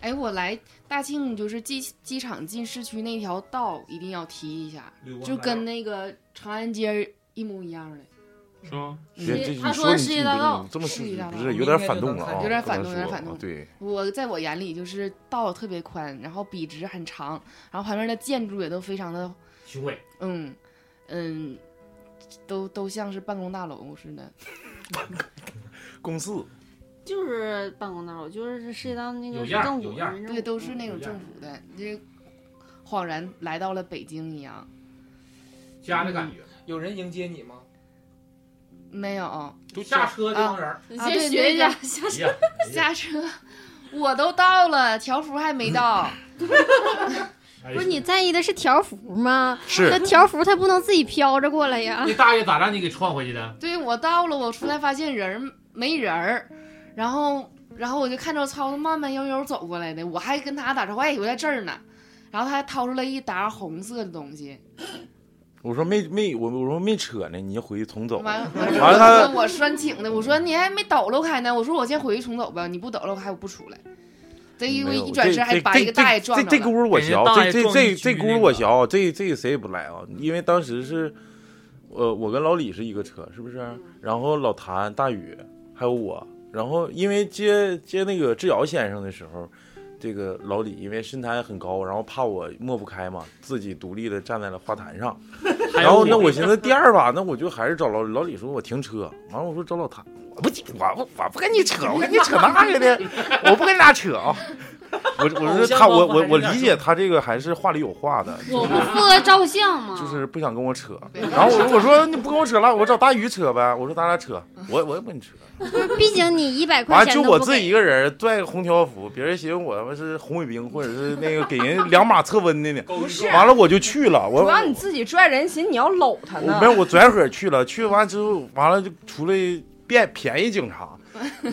哎，我来大庆就是机机场进市区那条道一定要提一下柳，光就大跟那个长安街儿一模一样的，是吗？别这他你说的你世你界这大盗你这么世界大不盗是有应点该反就动能了看啊？有点不反能动有点说反啊动对，我在我眼里就是道特别宽，然后笔直很长，然后旁边的建筑也都非常的雄伟，嗯嗯，都都像是办公大楼似的。公司就是办公大楼，就是世界大那个有是样儿政有府样儿民政对，府都是那种有样政儿府的，就是恍然来到了北京一样。家的感觉。嗯有人迎接你吗？没有，就下车这帮人儿啊你啊先对学一那下个下车哎呀哎呀下车，我都到了，条幅还没到。不是你在意的是条幅吗？哎是那条幅它不能自己飘着过来 呀。那大爷咋让你给撞回去的？对我到了，我出来发现人儿没人儿，然后然后我就看着超子慢慢悠悠走过来的，我还跟他打招呼，哎，我在这儿呢。然后他还掏出来一沓红色的东西，我说没没我我说没扯呢，你就回去重走。完完了他问我拴请的，我说你还没抖搂开呢，我说我先回去重走吧，你不抖搂开我不出来。这一没有一转身还这把一个大爷撞这着这这轱辘我给人学，大这爷这撞这一这局轱那辘个我学，啊这这谁也不来啊？因为当时是，呃，我跟老李是一个车，是不是？然后老谭、大宇还有我，然后因为接接那个志尧先生的时候，这个老李因为身材很高，然后怕我抹不开嘛，自己独立的站在了花 坛上。然后那我寻思第二把，那我就还是找老老李说，我停车。完了我说找老谭，我不我不我不跟你扯，我跟你扯那个的，我不跟你俩扯啊。我我偶说像他包我袱我还是我有点理解他这个还是话里有话的，就我是不负责照相嘛。就是不想跟我扯。然后我我说你不跟我扯了，我找大宇扯呗。我说咱俩扯，我我也不跟你扯。毕竟你一百块完钱就都我不自给己一个人拽个红条幅，别人寻思我他妈是红卫兵或者是那个给人两码测温的呢。完了我就去了，我主要你自己拽人，寻思你要搂他呢我。没有，我转会儿去了，去完之后，完了就出来便便宜警察。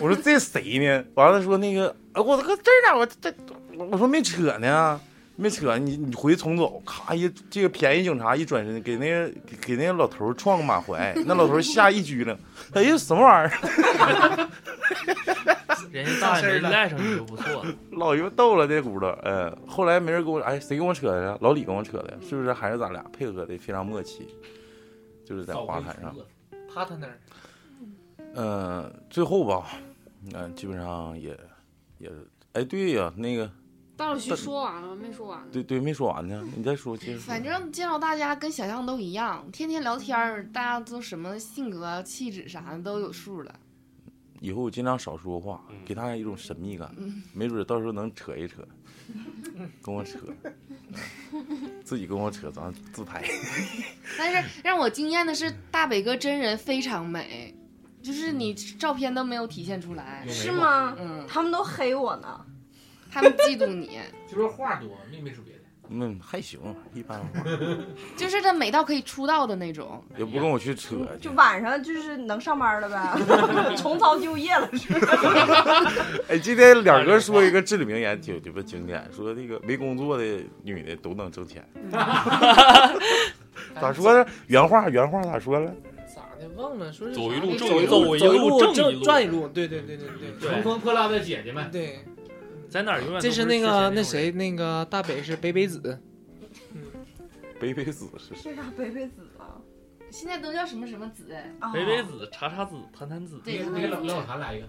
我说这谁呢？完了说那个，哎，我搁这儿呢，我这我我说没扯呢，没扯，你你回去重走。咔一这个便宜警察一转身，给那个给给那个老头儿撞个满怀，那老头儿吓一激灵，哎呀什么玩意儿？人家大爷没赖上你就不错了。 老爷逗了这轱辘，嗯，后来没人跟我，哎，谁跟我扯的呀？老李跟我扯的，是不是？还是咱俩配合的非常默契，就是在花坛上。 partner 嗯，最后吧，嗯，基本上也也，哎，对呀，那个，大老徐说完了吗没说完呢。对对，没说完呢，你再说，接着说反。正见到大家跟想象都一样，天天聊天儿，大家都什么性格啊、气质啥的都有数了。以后我尽量少说话，给大家一种神秘感，嗯没准到时候能扯一扯，跟我扯，自己跟我扯，咱自拍。 但是让我惊艳的是，大北哥真人非常美，就是你照片都嗯没有体现出来，是？吗？嗯，他们都黑我呢。他们嫉妒你，就是话多，没没说别的。嗯，还行，一般化，就是他美到可以出道的那种。也不跟我去扯。就晚上就是能上班 了呗，重操旧业了是 吧？哎，今天两哥说一个至理名言，挺鸡巴经典，说那个没工作的女的都能挣钱。咋说呢？原话原话咋说了？咋的？忘了说是走一啥路来挣着一路走走一路路挣一路赚一路，对对对对对，乘风破浪的姐姐们，对，在哪儿永远这都是不世那界个种那谁那个大北是北北子，北北子是这啥北北子啊？哦现在都叫什么什么子？哎北北子、茶茶子、谈谈子，对那个老老谭来一个。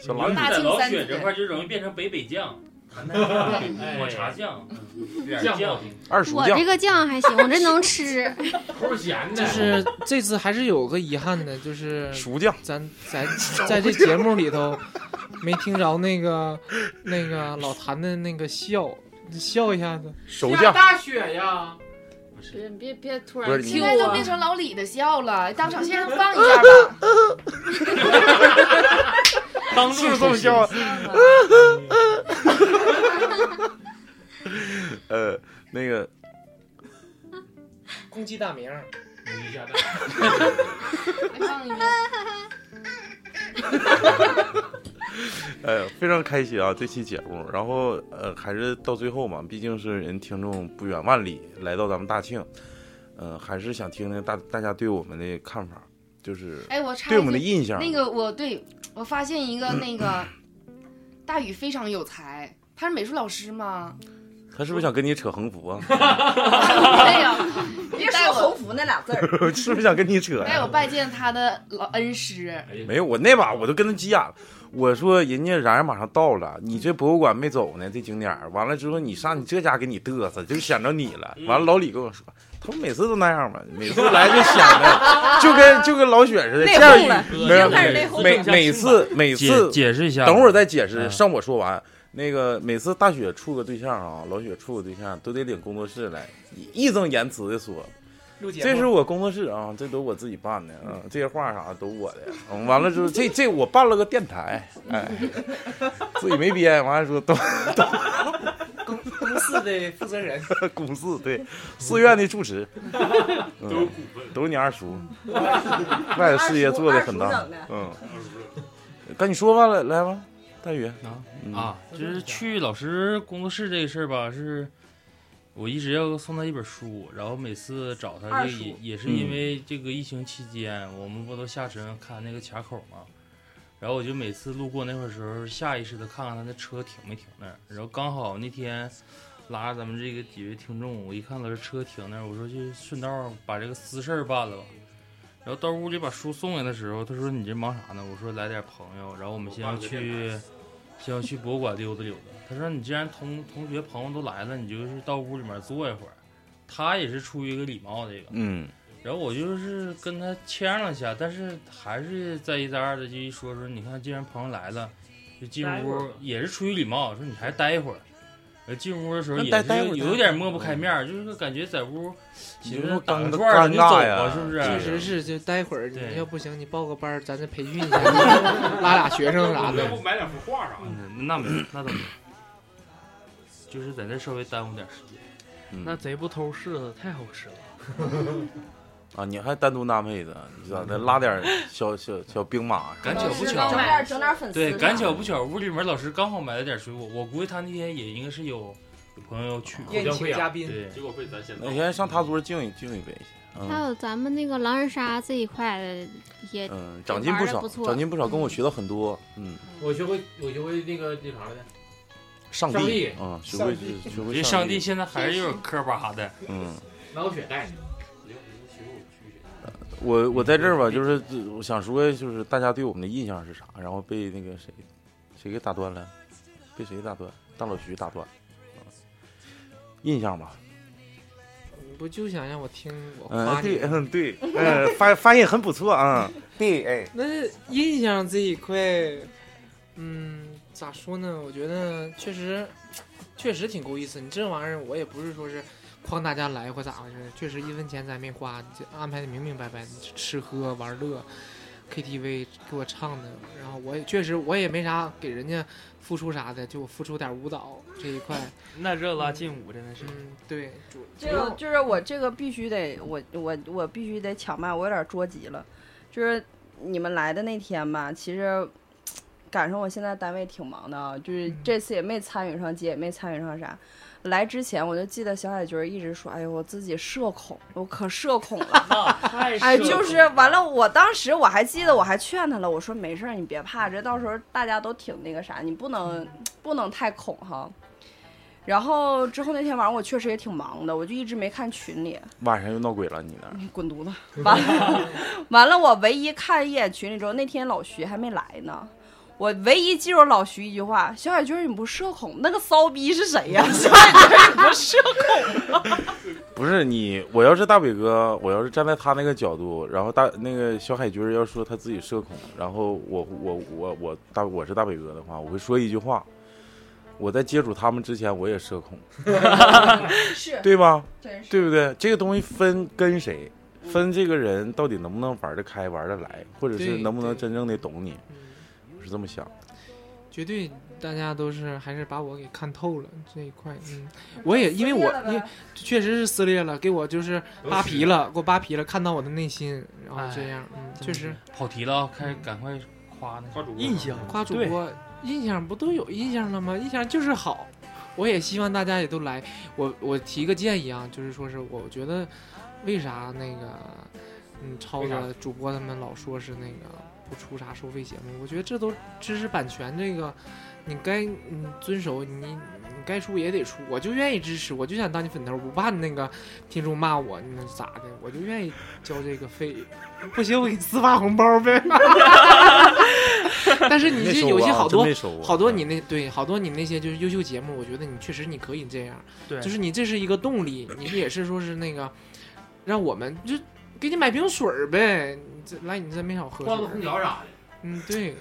小你要大在庆老三雪子这 块儿就容易变成北北酱，哎抹茶酱，点酱酱，二我这个酱还行，我这能 吃。齁咸就的，是这次还是有个遗憾的，就是熟酱，咱咱在这节目里头没听着那个那个老谭的那个笑，你笑一下子，熟下大雪呀！别别别突不然是你揪现在都我啊变成老李的笑了，当场现在放一下 吧。当是这么笑啊？呃，那个攻击大名儿，放一遍。呃，非常开心啊，这期节目。然后呃，还是到最后嘛，毕竟是人听众不远万里来到咱们大庆，呃，还是想听听大大家对我们的看法，就是哎，我插对一我们的句印象。那个我对我发现一个那个大宇非常有才，他是美术老师吗？他是不是想跟你扯横幅啊？没有，哎 别带说我横幅那俩字字 儿。是不是想跟你扯哎，呀？我拜见他的老恩师，没有，我那把我都跟他急眼了。我说人家然然马上到了，你这博物馆没走呢，这景点儿完了之后你上你这家给你嘚瑟，就想着你了。完了老李跟我说，他说每次都那样嘛，每次来就想着，就跟就跟老雪似的，内见着讧了你已没有经开始内讧了每每次每次解解释一下等会儿再解释，嗯上我说完。那个每次大雪处个对象啊，老雪处个对象都得领工作室来，义正言辞的说，录节目这是我工作室啊，这都我自己办的啊，这些画啥都我的。嗯完了之后，这这我办了个电台，哎，自己没编。完了说都 公公司的负责人， 公司对寺院的住持， 都是嗯股份，都是你二 叔，外外事业做得很大，嗯，赶紧说吧，来来吧，大宇嗯啊啊，就是去老师工作室这个事儿吧，是我一直要送他一本书，然后每次找他二这叔也也是因为这个疫情期间，我们不都下沉看那个卡口嘛，然后我就每次路过那块儿的时候，下意识的看看他的车停没停那儿，然后刚好那天。拉着咱们这个几位听众，我一看老师车停那儿，我说就顺道把这个私事儿办了吧。然后到屋里把书送给他的时候，他说：“你这忙啥呢？”我说：“来点朋友。”然后我们先要去，先要去博物馆溜达溜达。他说：“你既然同同学朋友都来了，你就是到屋里面坐一会儿。”他也是出于一个礼貌，这个。嗯。然后我就是跟他谦让一下，但是还是再一再二的就一说说，你看，既然朋友来了，就进待一会儿屋吧也是出于礼貌，说你还待一会儿。呃，进屋的时候那也待是待会有儿待有会点儿抹不开面儿，就是感觉在屋寻你思说打个尴转儿你走尴尬呀吧，是不是？确 实是，就待会儿对你要不行，你报个班儿，咱再培训一下，拉俩学生啥的要。不买两幅画啥的？嗯那没，那倒没有，就是在那稍微耽误点时间。嗯那贼不偷柿子太好吃了。啊，你还单独搭配的，你知道的，拉点小小小兵马，赶巧不巧，对，赶巧不巧，屋里面老师刚好买了点水果，我估计他那天也应该是有有朋友啊去宴请嘉宾啊对，结果被咱先哪天上他桌敬一敬一杯去。嗯还有咱们那个狼人杀这一块的也嗯，长进玩不得少，不错长进不少，跟我学到很多。嗯，我学会我学会那个那啥了呢？上上帝帝啊，学会学会这上上帝现在还是有点磕巴的。嗯，老雪带你。我我在这儿吧，就是我想说，就是大家对我们的印象是啥，然后被那个谁谁给打断了，被谁打断？大老徐打断。啊印象吧，你不就想让我听我嗯，夸你对，吗？嗯，对， 呃，翻翻译很不错啊，对，哎，那印象这一块，嗯，咋说呢？我觉得确实，确实挺够意思。你这玩意儿，我也不是说是诓大家来或咋回事，确实一分钱咱没花，这安排的明明白白，吃喝玩乐。KTV 给我唱的，然后我也确实我也没啥给人家付出啥的，就我付出点舞蹈这一块。那热拉劲舞真的是，嗯，对，主这个就是我这个必须得，我我我必须得抢麦，我有点着急了。就是你们来的那天吧，其实赶上我现在单位挺忙的啊，就是这次也没参与上节，也没参与上啥。来之前我就记得小海军一直说：“哎呦，我自己社恐，我可社恐了。太”嗯哎，就是完了。我当时我还记得，我还劝他了，我说：“没事儿，你别怕，这到时候大家都挺那个啥，你不能不能太恐哈。”然后之后那天晚上我确实也挺忙的，我就一直没看群里。晚上又闹鬼了，你那儿你嗯滚犊子！完 了，完了！我唯一看一眼群里之后，那天老徐还没来呢。我唯一记住老徐一句话：“小海军，你不社恐？那个骚逼是谁呀、 小海军，你不社恐啊？不是你，我要是大伟哥，我要是站在他那个角度，然后大那个小海军要说他自己社恐，然后我我我我大我是大伟哥的话，我会说一句话，我在接触他们之前我也社恐，是对吧真？是对不对？这个东西分跟谁，分这个人到底能不能玩得开、玩得来，或者是对能不能真正的懂你，我是这么想的。绝对，大家都是还是把我给看透了这一块。嗯，我也因为我因为确实是撕裂了，给我就是扒皮了，给我扒皮了，看到我的内心，然后这样，嗯，确实跑题了啊，开始赶快夸那个印象夸主播印象不都有印象了吗？印象就是好。我也希望大家也都来。我我提个建议啊，就是说是我觉得为啥那个嗯超为啥子主播他们老说是那个不出啥收费节目，我觉得这都知识版权这个，你该嗯遵守你你该出也得出，我就愿意支持，我就想当你粉头，不怕那个听众骂我那咋的，我就愿意交这个费，不行我给你私发红包呗。 但是你没这收有些啊好真多没收啊好多你那对好多你那些就是优秀节目，我觉得你确实你可以这样，对就是你这是一个动力，你也是说是那个让我们就给你买瓶水儿呗，你这来你这没少喝，灌个空调啥的。嗯，对，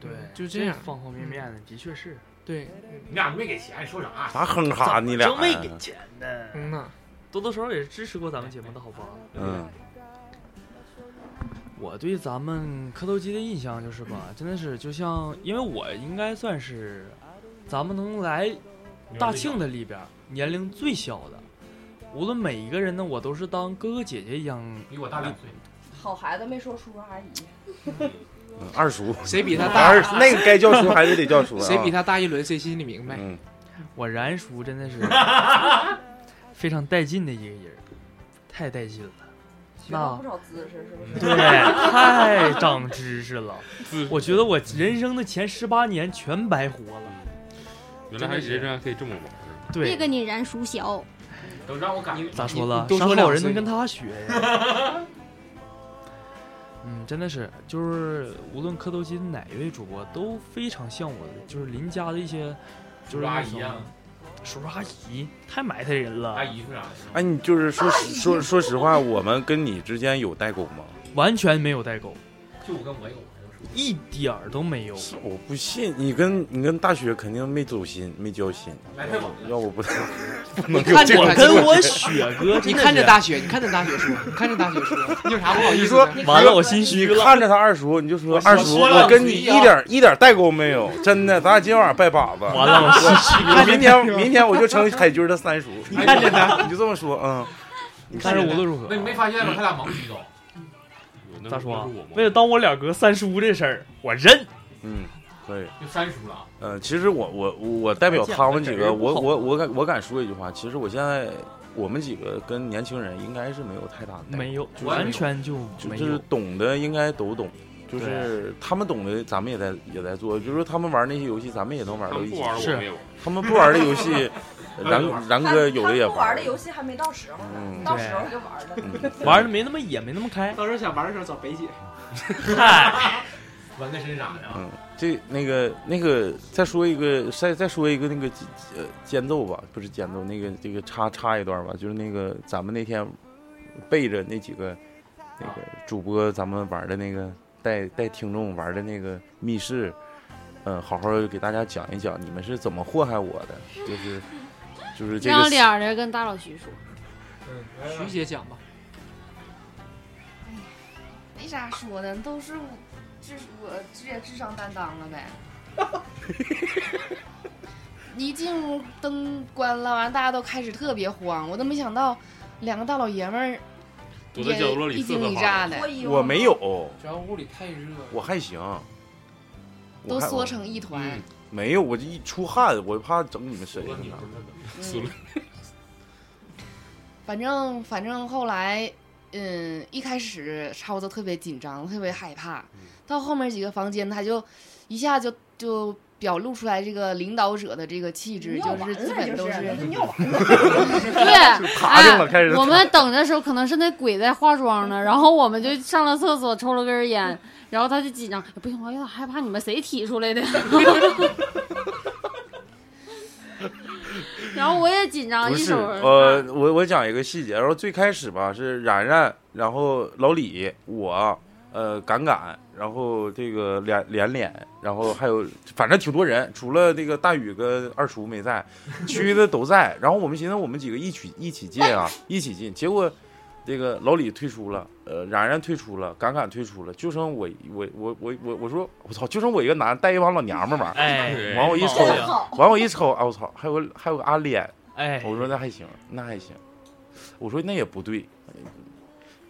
对，就这样方方面面的，的确是。对，你俩没给钱，说啊啥？啥啊哼哈你俩呀都没给钱呢。嗯呐，多多少少也是支持过咱们节目的好吧？嗯，我对咱们磕头机的印象就是吧，真的是就像，因为我应该算是咱们能来大庆的里边儿年龄最小的，无论每一个人呢，我都是当哥哥姐姐一样。比我大两岁。好孩子没说叔叔阿姨。嗯二叔，谁比他嗯大？二那个该叫叔还是得叫叔啊。谁比他大一轮，谁心里明白。嗯，我然叔真的是非常带劲的一个人儿，太带劲了。学到那不少姿势是不是？对，太长知识了。我觉得我人生的前十八年全白活了。原来还人生还可以这么玩儿，别对，跟你燃熟 小，都让我感觉咋说了？你多啥说好两人句能跟他学啊呀？嗯，真的是，就是无论磕头机的哪一位主播都非常像我的，就是邻家的一些， 就是那叔叔阿姨种啊叔叔阿姨，太埋汰人了。阿姨是啥？哎，你就是说实说说实话，我们跟你之间有代沟吗？完全没有代沟，就我跟我有。一点儿都没有。我不信，你跟你跟大雪肯定没走心，没交心，来要不要不不 不能你有看这着种他感觉你看着大雪，你看着大雪说，你看着大雪说，你有啥不好意你思说的？心虚了。你看着他二叔，你就说二叔，我说了我跟你我心一虚啊点一点代沟没有，真的，咱俩今天晚上拜把子。完了我心虚了我明天明天我就成海军的三叔。你看着他，你就这么说，嗯。你但是无论如啊何那，你没发现吗？他俩盲区都。咋说啊那是我吗？为了当我两哥三叔这事儿，我认。嗯，可以。就删除了啊。嗯，其实我我我我代表他们几个，我我我敢我敢说一句话，其实我现在我们几个跟年轻人应该是没有太大的代沟没有完全就就没有就是懂的应该都懂，就是他们懂的咱们也在也在做，就是他们玩那些游戏，咱们也能玩到一起他们不玩。我是没玩他们不玩的 游戏，然然哥有的也他不玩玩的。游戏还没到时候呢，嗯到时候就玩了。 玩的没那么野，没那么开。到时候想玩的时候找北姐。纹个身啥的啊？嗯，这那个那个，再说一个，再再说一个那个呃间奏吧，不是间奏，那个这个插插一段吧，就是那个咱们那天背着那几个那个主播，咱们玩的那个带带听众玩的那个密室，嗯，好好给大家讲一讲你们是怎么祸害我的，就是就是这让个脸儿的跟大老徐说，徐姐讲吧，没啥说的，都是我智我智智商担当了呗。一进屋灯关了，完大家都开始特别慌，我都没想到两个大老爷们儿躲在角落里也一惊瑟瑟一发乍抖的，我没有，主要屋里太热了。我还行，都我还嗯缩成一团。没有，我这一出汗，我怕整你们身上。嗯反正反正后来，嗯，一开始超子特别紧张，特别害怕，嗯到后面几个房间他就一下就就表露出来这个领导者的这个气质，尿就是完基了本就都是是那就尿 完对，爬上了哎开始我们等的时候，可能是那鬼在化妆呢，然后我们就上了厕所，抽了根 烟，然后他就紧张，哎不行，我有点害怕，你们谁提出 来的？然后我也紧啊张，不一是，手呃，我我讲一个细节，然后最开始吧是然然，然后老李，我，呃，敢敢，然后这个连连连，然后还有反正挺多人，除了那个大宇跟二叔没在，其余的都在。然后我们寻思我们几个一起一起进啊，一起进，结果。这个老李退出了，呃，然然退出了，敢敢退出了，就剩我我我我我我说我操，就剩我一个男，带一帮老娘们儿玩儿，哎完我一瞅真好，完我一瞅，啊我操，还有个还有个阿脸，哎，我说那还行，那还行，我说那也不对，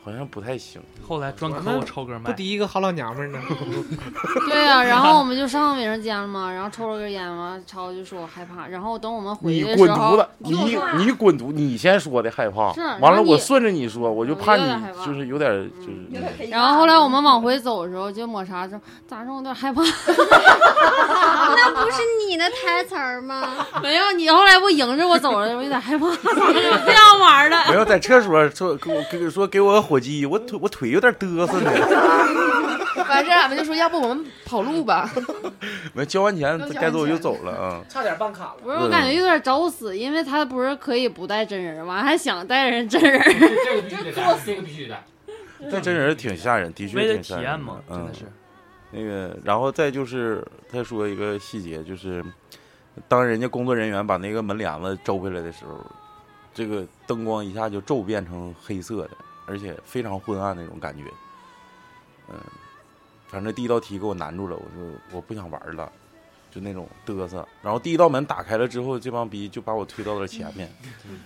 好像不太行。后来专我坑们我超哥不卖，敌一个好老娘们儿呢。 对呀、然后我们就上卫生间了嘛，然后抽了根烟嘛，超就说我害怕，然后等我们回你去的滚时犊候子，！听我你说你滚犊，你先说的害怕是，然完后了我你嗯顺着你说，我就怕有点害你怕嗯就是有点儿就是。然后后来我们往回走的时候，就抹茶说：“咋说？我有点害怕。 那不是你的台词儿吗？”没有，你后来不迎着我走了，我有点害 怕， 这样玩的。没有在厕所说给我给说给我个火鸡，我腿我腿有点嘚瑟呢。完事儿俺们就说，要不我们跑路 吧？没交完钱该走我就走了啊。差点办卡了。不是，我感嗯觉有点找死，因为他不是可以不带真人吗？还想带人真人。这个必 须得带，这个必须得带。但真人挺吓人，的确为了挺吓嗯体人验嘛嗯、真的是。那个，然后再就是再说一个细节，就是当人家工作人员把那个门帘子周回来的时候，这个灯光一下就骤变成黑色的，而且非常昏暗那种感觉。嗯，反正第一道题给我难住了，我说我不想玩了，就那种嘚瑟。然后第一道门打开了之后，这帮逼就把我推到了前面。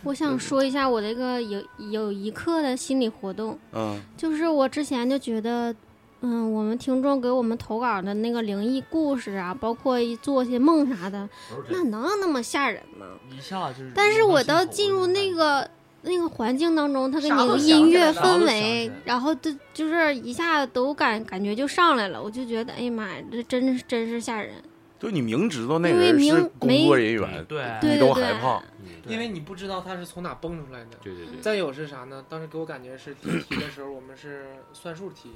我想说一下我这个有有一刻的心理活动，嗯就是我之前就觉得，嗯，我们听众给我们投稿的那个灵异故事啊，包括一做些梦啥的，那能有那么吓人吗？ 一下就是。但是我到进入那个那个环境当中，它给你啥都有想音起乐来了啥都氛想起围来了，然后就就是一下都感感觉就上来了，我就觉得哎呀妈呀，这真是真是吓人。就你明知道那因为人是明工没作人员，对你对都对害怕。因为你不知道他是从哪蹦出来的。嗯对对对再有是啥呢？当时给我感觉是第一题的时候，我们是算术题，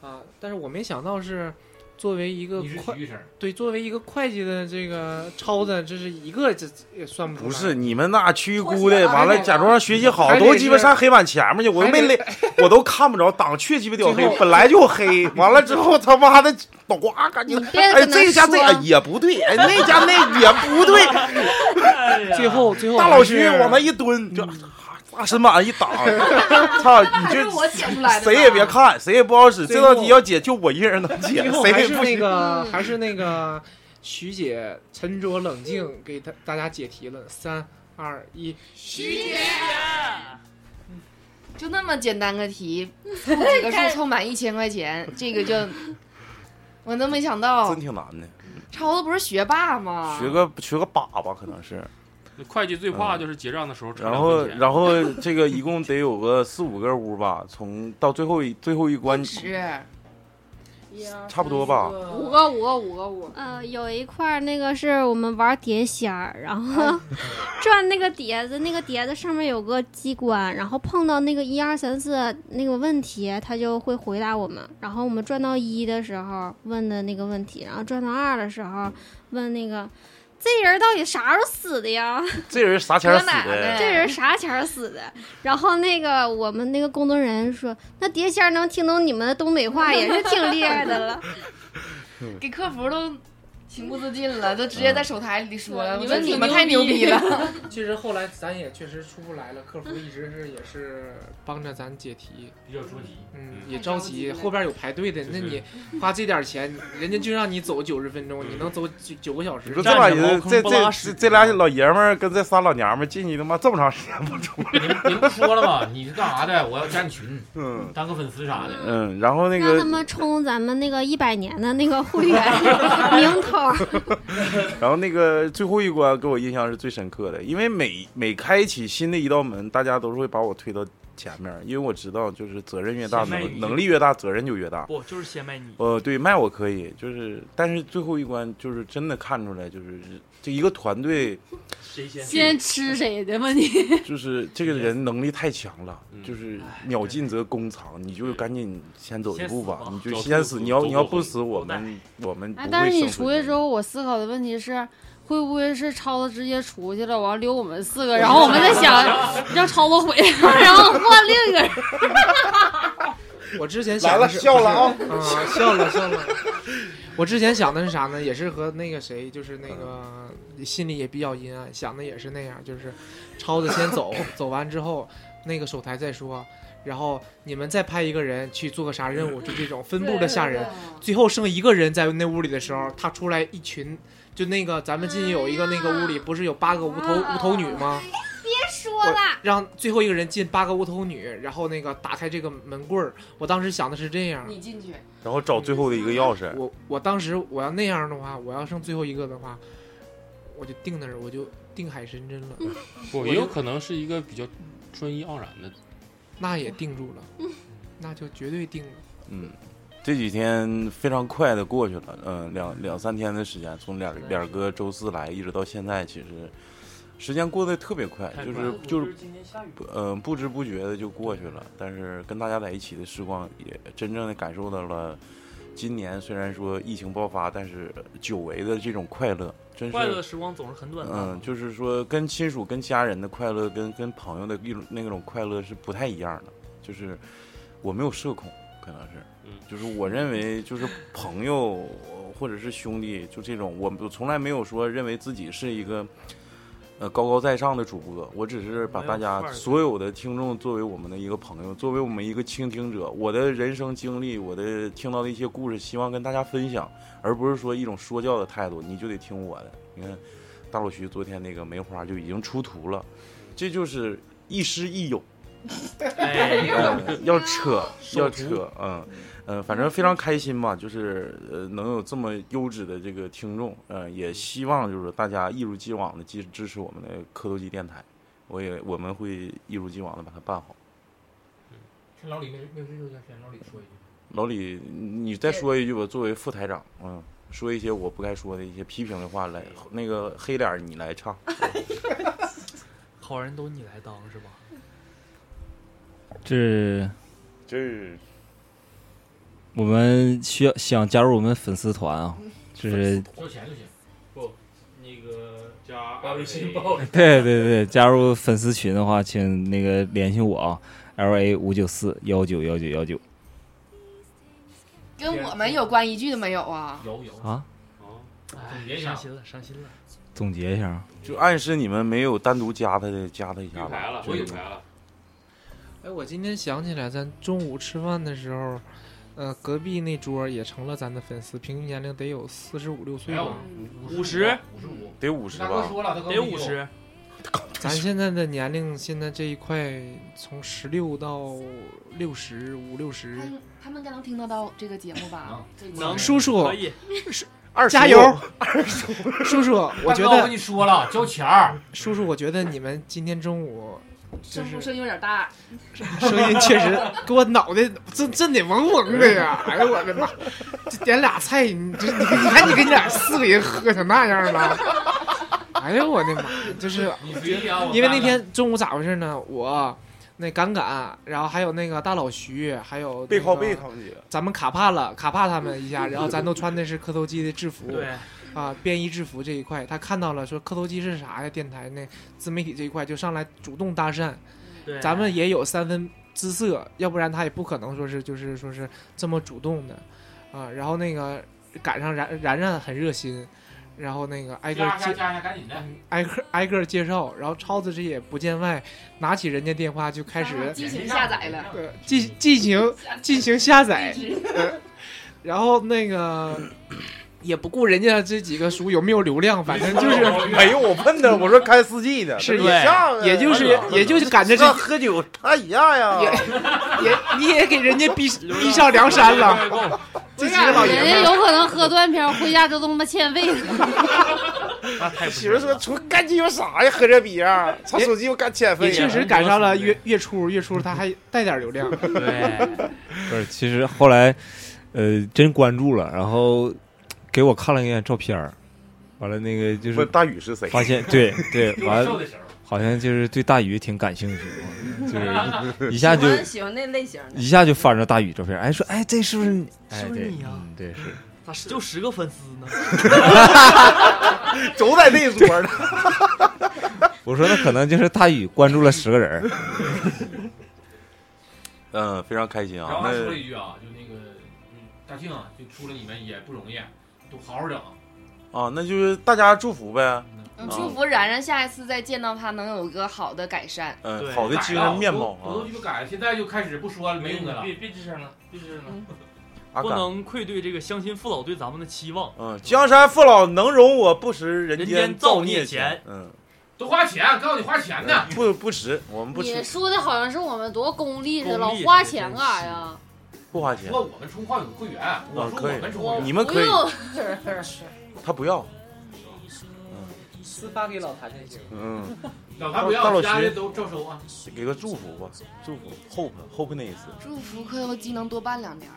啊，但是我没想到是作为一个你是会体育生对作为一个会计的这个抄的，这是一个这也算不出来。不是你们那区估的，还完了得嗯假装学习好，还得都鸡巴是上黑板前面去，我还又没得勒，我都看不着，党确鸡巴屌最黑后，本来就 黑，完了之后他妈的脑瓜感觉，别跟哎，他这家这说哎也不对，哎那家那也 不对，哎啊最后最后大还老是嗯徐往那一蹲，就啊大身板一 挡，操，你就我解不来的谁也别看，谁也不好使，这最道后题要解就我一人能解最，后谁还也是不那行。个还是那个徐姐沉着冷静给大大家解题了，三二一，徐姐。就那么简单个题， 凑哎几个数凑满一千块钱，这个就我都没想到真。挺难的，超子不是学霸啊吗？学个学个粑粑可能是。会计最怕就是结账的时候差嗯然两后，分啊钱，然后这个一共得有个四五个屋吧，从到最后一最后一关是差不多吧。五个五个五个五。呃，有一块儿那个是我们玩碟仙儿，然后哎 转那个碟子，那个碟子上面有个机关，然后碰到那个一二三四那个问题，他就会回答我们。然后我们转到一的时候问的那个问题，然后转到二的时候问那个这人到底啥时候死的呀？这人啥前儿死的？这人啥前儿死的？然后那个我们那个工作人员说，那碟仙儿能听懂你们的东北话也是挺厉害的 了。给客服都情不自禁了，都直接在手台里说了：“嗯我说你你们们挺太牛牛逼逼 了。其实后来咱也确实出不来了，客服一直是也是帮着咱解题，比较着急嗯，嗯也太着着急急，了后边有排队的，就那是你花这点钱，人家就让你走九十分钟，你能走九九个小时你，说这俩人，这这这这俩老爷们儿跟这仨老娘们儿进去他妈这么长时间不出来。 你们不说了吗？你是干啥的？我要加你群，嗯，当个粉丝啥的。嗯，然后那让他个，们冲咱们那个一百年的那个会员名头儿，然后那个最后一关给我印象是最深刻的，因为每每开启新的一道门，大家都是会把我推到前面，因为我知道就是责任越大，先卖能鱼能力越大，责任就越大。不就是先卖你？呃，对，卖我可以，就是，但是最后一关就是真的看出来，就是这一个团队，谁先先吃谁的吧你？ 就是这个人能力太强了，嗯就是秒进则攻藏，你就赶紧先走一先步死吧吧，你就走先后死，走你要走你要后不走死，我们我们不 哎，会但是你生出存去之后，我思考的问题是，会不会是超子直接出去了，完了留我们四个，然后我们再 想让超子回来，然后换另一个人。我之前想的是来了笑了 啊啊，笑了笑了。我之前想的是啥呢？也是和那个谁，就是那个心里也比较阴暗，想的也是那样，就是超子先走，走完之后那个守台再说，然后你们再派一个人去做个啥任务，就这种分布的吓人。最后剩一个人在那屋里的时候，他出来一群，就那个咱们进去有一个那个屋里不是有八个无头无头女吗？别说我啦！让最后一个人进八个无头女，然后那个打开这个门棍儿。我当时想的是这样，你进去，然后找最后的一个钥匙。我我当时我要那样的话，我要剩最后一个的话，我就定那儿，我就定海神针了。嗯 不，也有可能是一个比较专一盎然的。那也定住了，嗯那就绝对定了。嗯，这几天非常快的过去了，嗯、两两三天的时间，从两两个周四来一直到现在，其实时间过得特别快，太就快是了就是今天下雨不嗯、不知不觉的就过去了。但是跟大家在一起的时光，也真正的感受到了今年虽然说疫情爆发，但是久违的这种快乐，真是快乐时光总是很短暂的嗯，就是说跟亲属、跟家人的快乐，跟跟朋友的一种那种快乐是不太一样的。就是我没有社恐，可能是，嗯就是我认为就是朋友或者是兄弟，就这种，我我从来没有说认为自己是一个。呃，高高在上的主播，我只是把大没有范家儿所有的听众作为我们的一个朋友，作为我们一个倾听者，我的人生经历，我的听到的一些故事，希望跟大家分享，而不是说一种说教的态度，你就得听我的。你看，大老徐昨天那个梅花就已经出图了，这就是亦师亦友。嗯 要扯要扯，嗯呃，反正非常开心吧，就是呃能有这么优质的这个听众，呃，也希望就是大家一如既往的支支持我们的磕头机电台，我也我们会一如既往的把它办好。趁老李没没有睡觉之前，老李说一句。老李，你再说一句吧，作为副台长，嗯，说一些我不该说的一些批评的话来，那个黑脸儿你来唱，好人都你来当是吧？这这我们需要想加入我们粉丝团啊，就是交钱就行。不，那个加微信报对对对，加入粉丝群的话，请那个联系我啊，L A 五九四幺九幺九幺九跟我们有关一句都没有啊。有有啊。别哎伤心了，伤心了。 总结一下啊，就暗示你们没有单独加他的，加他一下吧。就是了。哎，我今天想起来，咱中午吃饭的时候，呃，隔壁那桌也成了咱的粉丝，平均年龄得有四十五六岁哎吧，哎五十，五十五，得五十大哥说了他刚得五十。咱现在的年龄，现在这一块从十六到六十五六十他，们他们应该能听得到这个节目吧？这个叔叔可以，是25加油，叔叔，我大哥觉得我跟你说了，交钱儿。叔叔，我觉得你们今天中午就声是部声音有点大， 声音确实给我脑袋真真得嗡嗡的呀！哎呦我的妈！这点俩菜，你这你你看你跟你俩四个人喝成那样了，哎呦我的妈！就是你随意啊我因为看看那天中午咋回事呢？我那敢敢，然后还有那个大老徐，还有背那靠个背他们几个咱们卡帕了卡帕他们一下，然后咱都穿的是磕头机的制服，对啊，便衣制服这一块，他看到了说磕头机是啥呀？电台那自媒体这一块就上来主动搭讪，对咱们也有三分姿色，要不然他也不可能说是就是说是这么主动的，啊，然后那个赶上然然然很热心，然后那个挨个加加介加加，赶紧的。挨个挨个介绍，然后超子这也不见外，拿起人家电话就开始 激情下载了。对，进进行进行下 载，呃然后那个也不顾人家这几个书有没有流量，反正就是没有。我问他，我说开四 G 的，是他也说下呗也就是也就是赶着这上喝酒看一下哎呀，也你也给人家逼逼上梁山了，这几个老爷人们家有儿可能喝断片儿，回家就他妈欠喂媳妇说：“出干鸡巴啥呀？喝这逼样，操手机我干欠费。”也确实 赶上了月月初，月初他还带点流量，对，不是，其实后来呃真关注了，然后给我看了一眼照片儿完了那个就问是大宇是谁，发现对对 完瘦了的时候好像就是对大宇挺感兴趣，就是一下就喜欢喜欢那类型的一下就翻着大宇照片，哎说哎这是不是你？哎是不是对你呀嗯对是。咋就十个粉丝 呢？啊总在那桌呢。 我说那可能就是大宇关注了十个人儿， 嗯，非常开心然后啊。还说了一那句啊，就那个嗯大庆啊，就出了你们也不容易，都好好整。啊，那就是大家祝福呗。啊嗯祝福然然下一次再见到他能有个好的改善。嗯，好的精神面貌我哎都啊鸡巴改了，现在就开始不说了，没用的了。别别吱声了，别吱声了。阿不甘嗯能愧对这个乡亲父老对咱们的期望。嗯，江山父老能容我，不识人间造孽人间造孽钱嗯，都花钱，告诉你花钱呢。不不吃，我们不你吃，说的好像是我们多功利似的，老功利花钱干啥啊 呀？不花钱。哦说我们充话有会员，我说可我以们充会员，你们可以不用他不要，私发给老谭就行。 嗯，老谭不要大老其他徐人都照收啊。给个祝福吧，祝福 hope hope 那一次。祝福课后机能多办两年儿。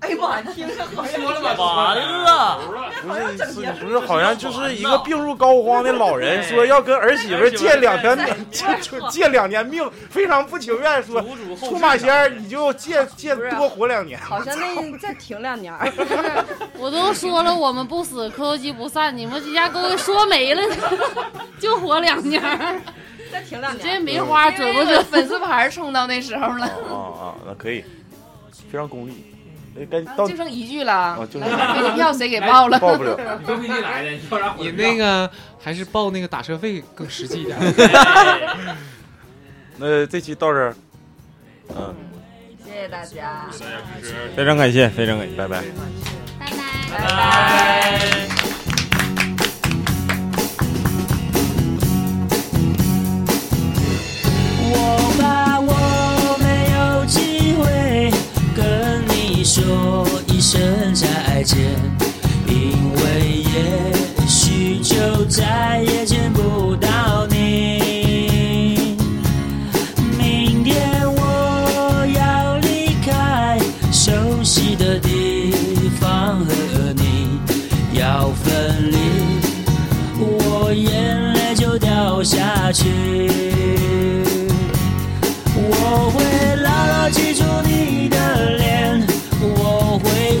哎呀妈，听着好像说了吧完了不是一次，不是好像就是一个病入膏肓的老人，说要跟儿媳妇借两条年，借借两年命，非常不情愿说，出马仙儿你就借借多活两年。好像那再停两年儿， 我都说了，我们不死，磕头机不散，你们这家给我说没了， 就活两年儿。 再停两年，这梅花准不准？粉丝牌冲到那时候了，啊啊，那可以，非常功利。哎，该到嗯就剩一句了哎啊，就，飞 机票谁给报了？报不了。你坐飞机来的，你要啥你那个还是报那个打车费更实际一点。那这期到这儿，嗯，谢谢大家，谢谢大家支持。非常感谢，非常感谢，拜拜。拜拜。我怕我没有机会跟你说一声再见，因为也许就再也见不到你。明天我要离开熟悉的地方和你要分离，我眼泪就掉下去。我会牢牢记住你的脸，我会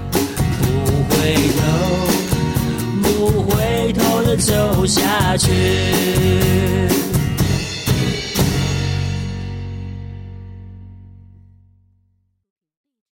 不回头，不回头的走下去。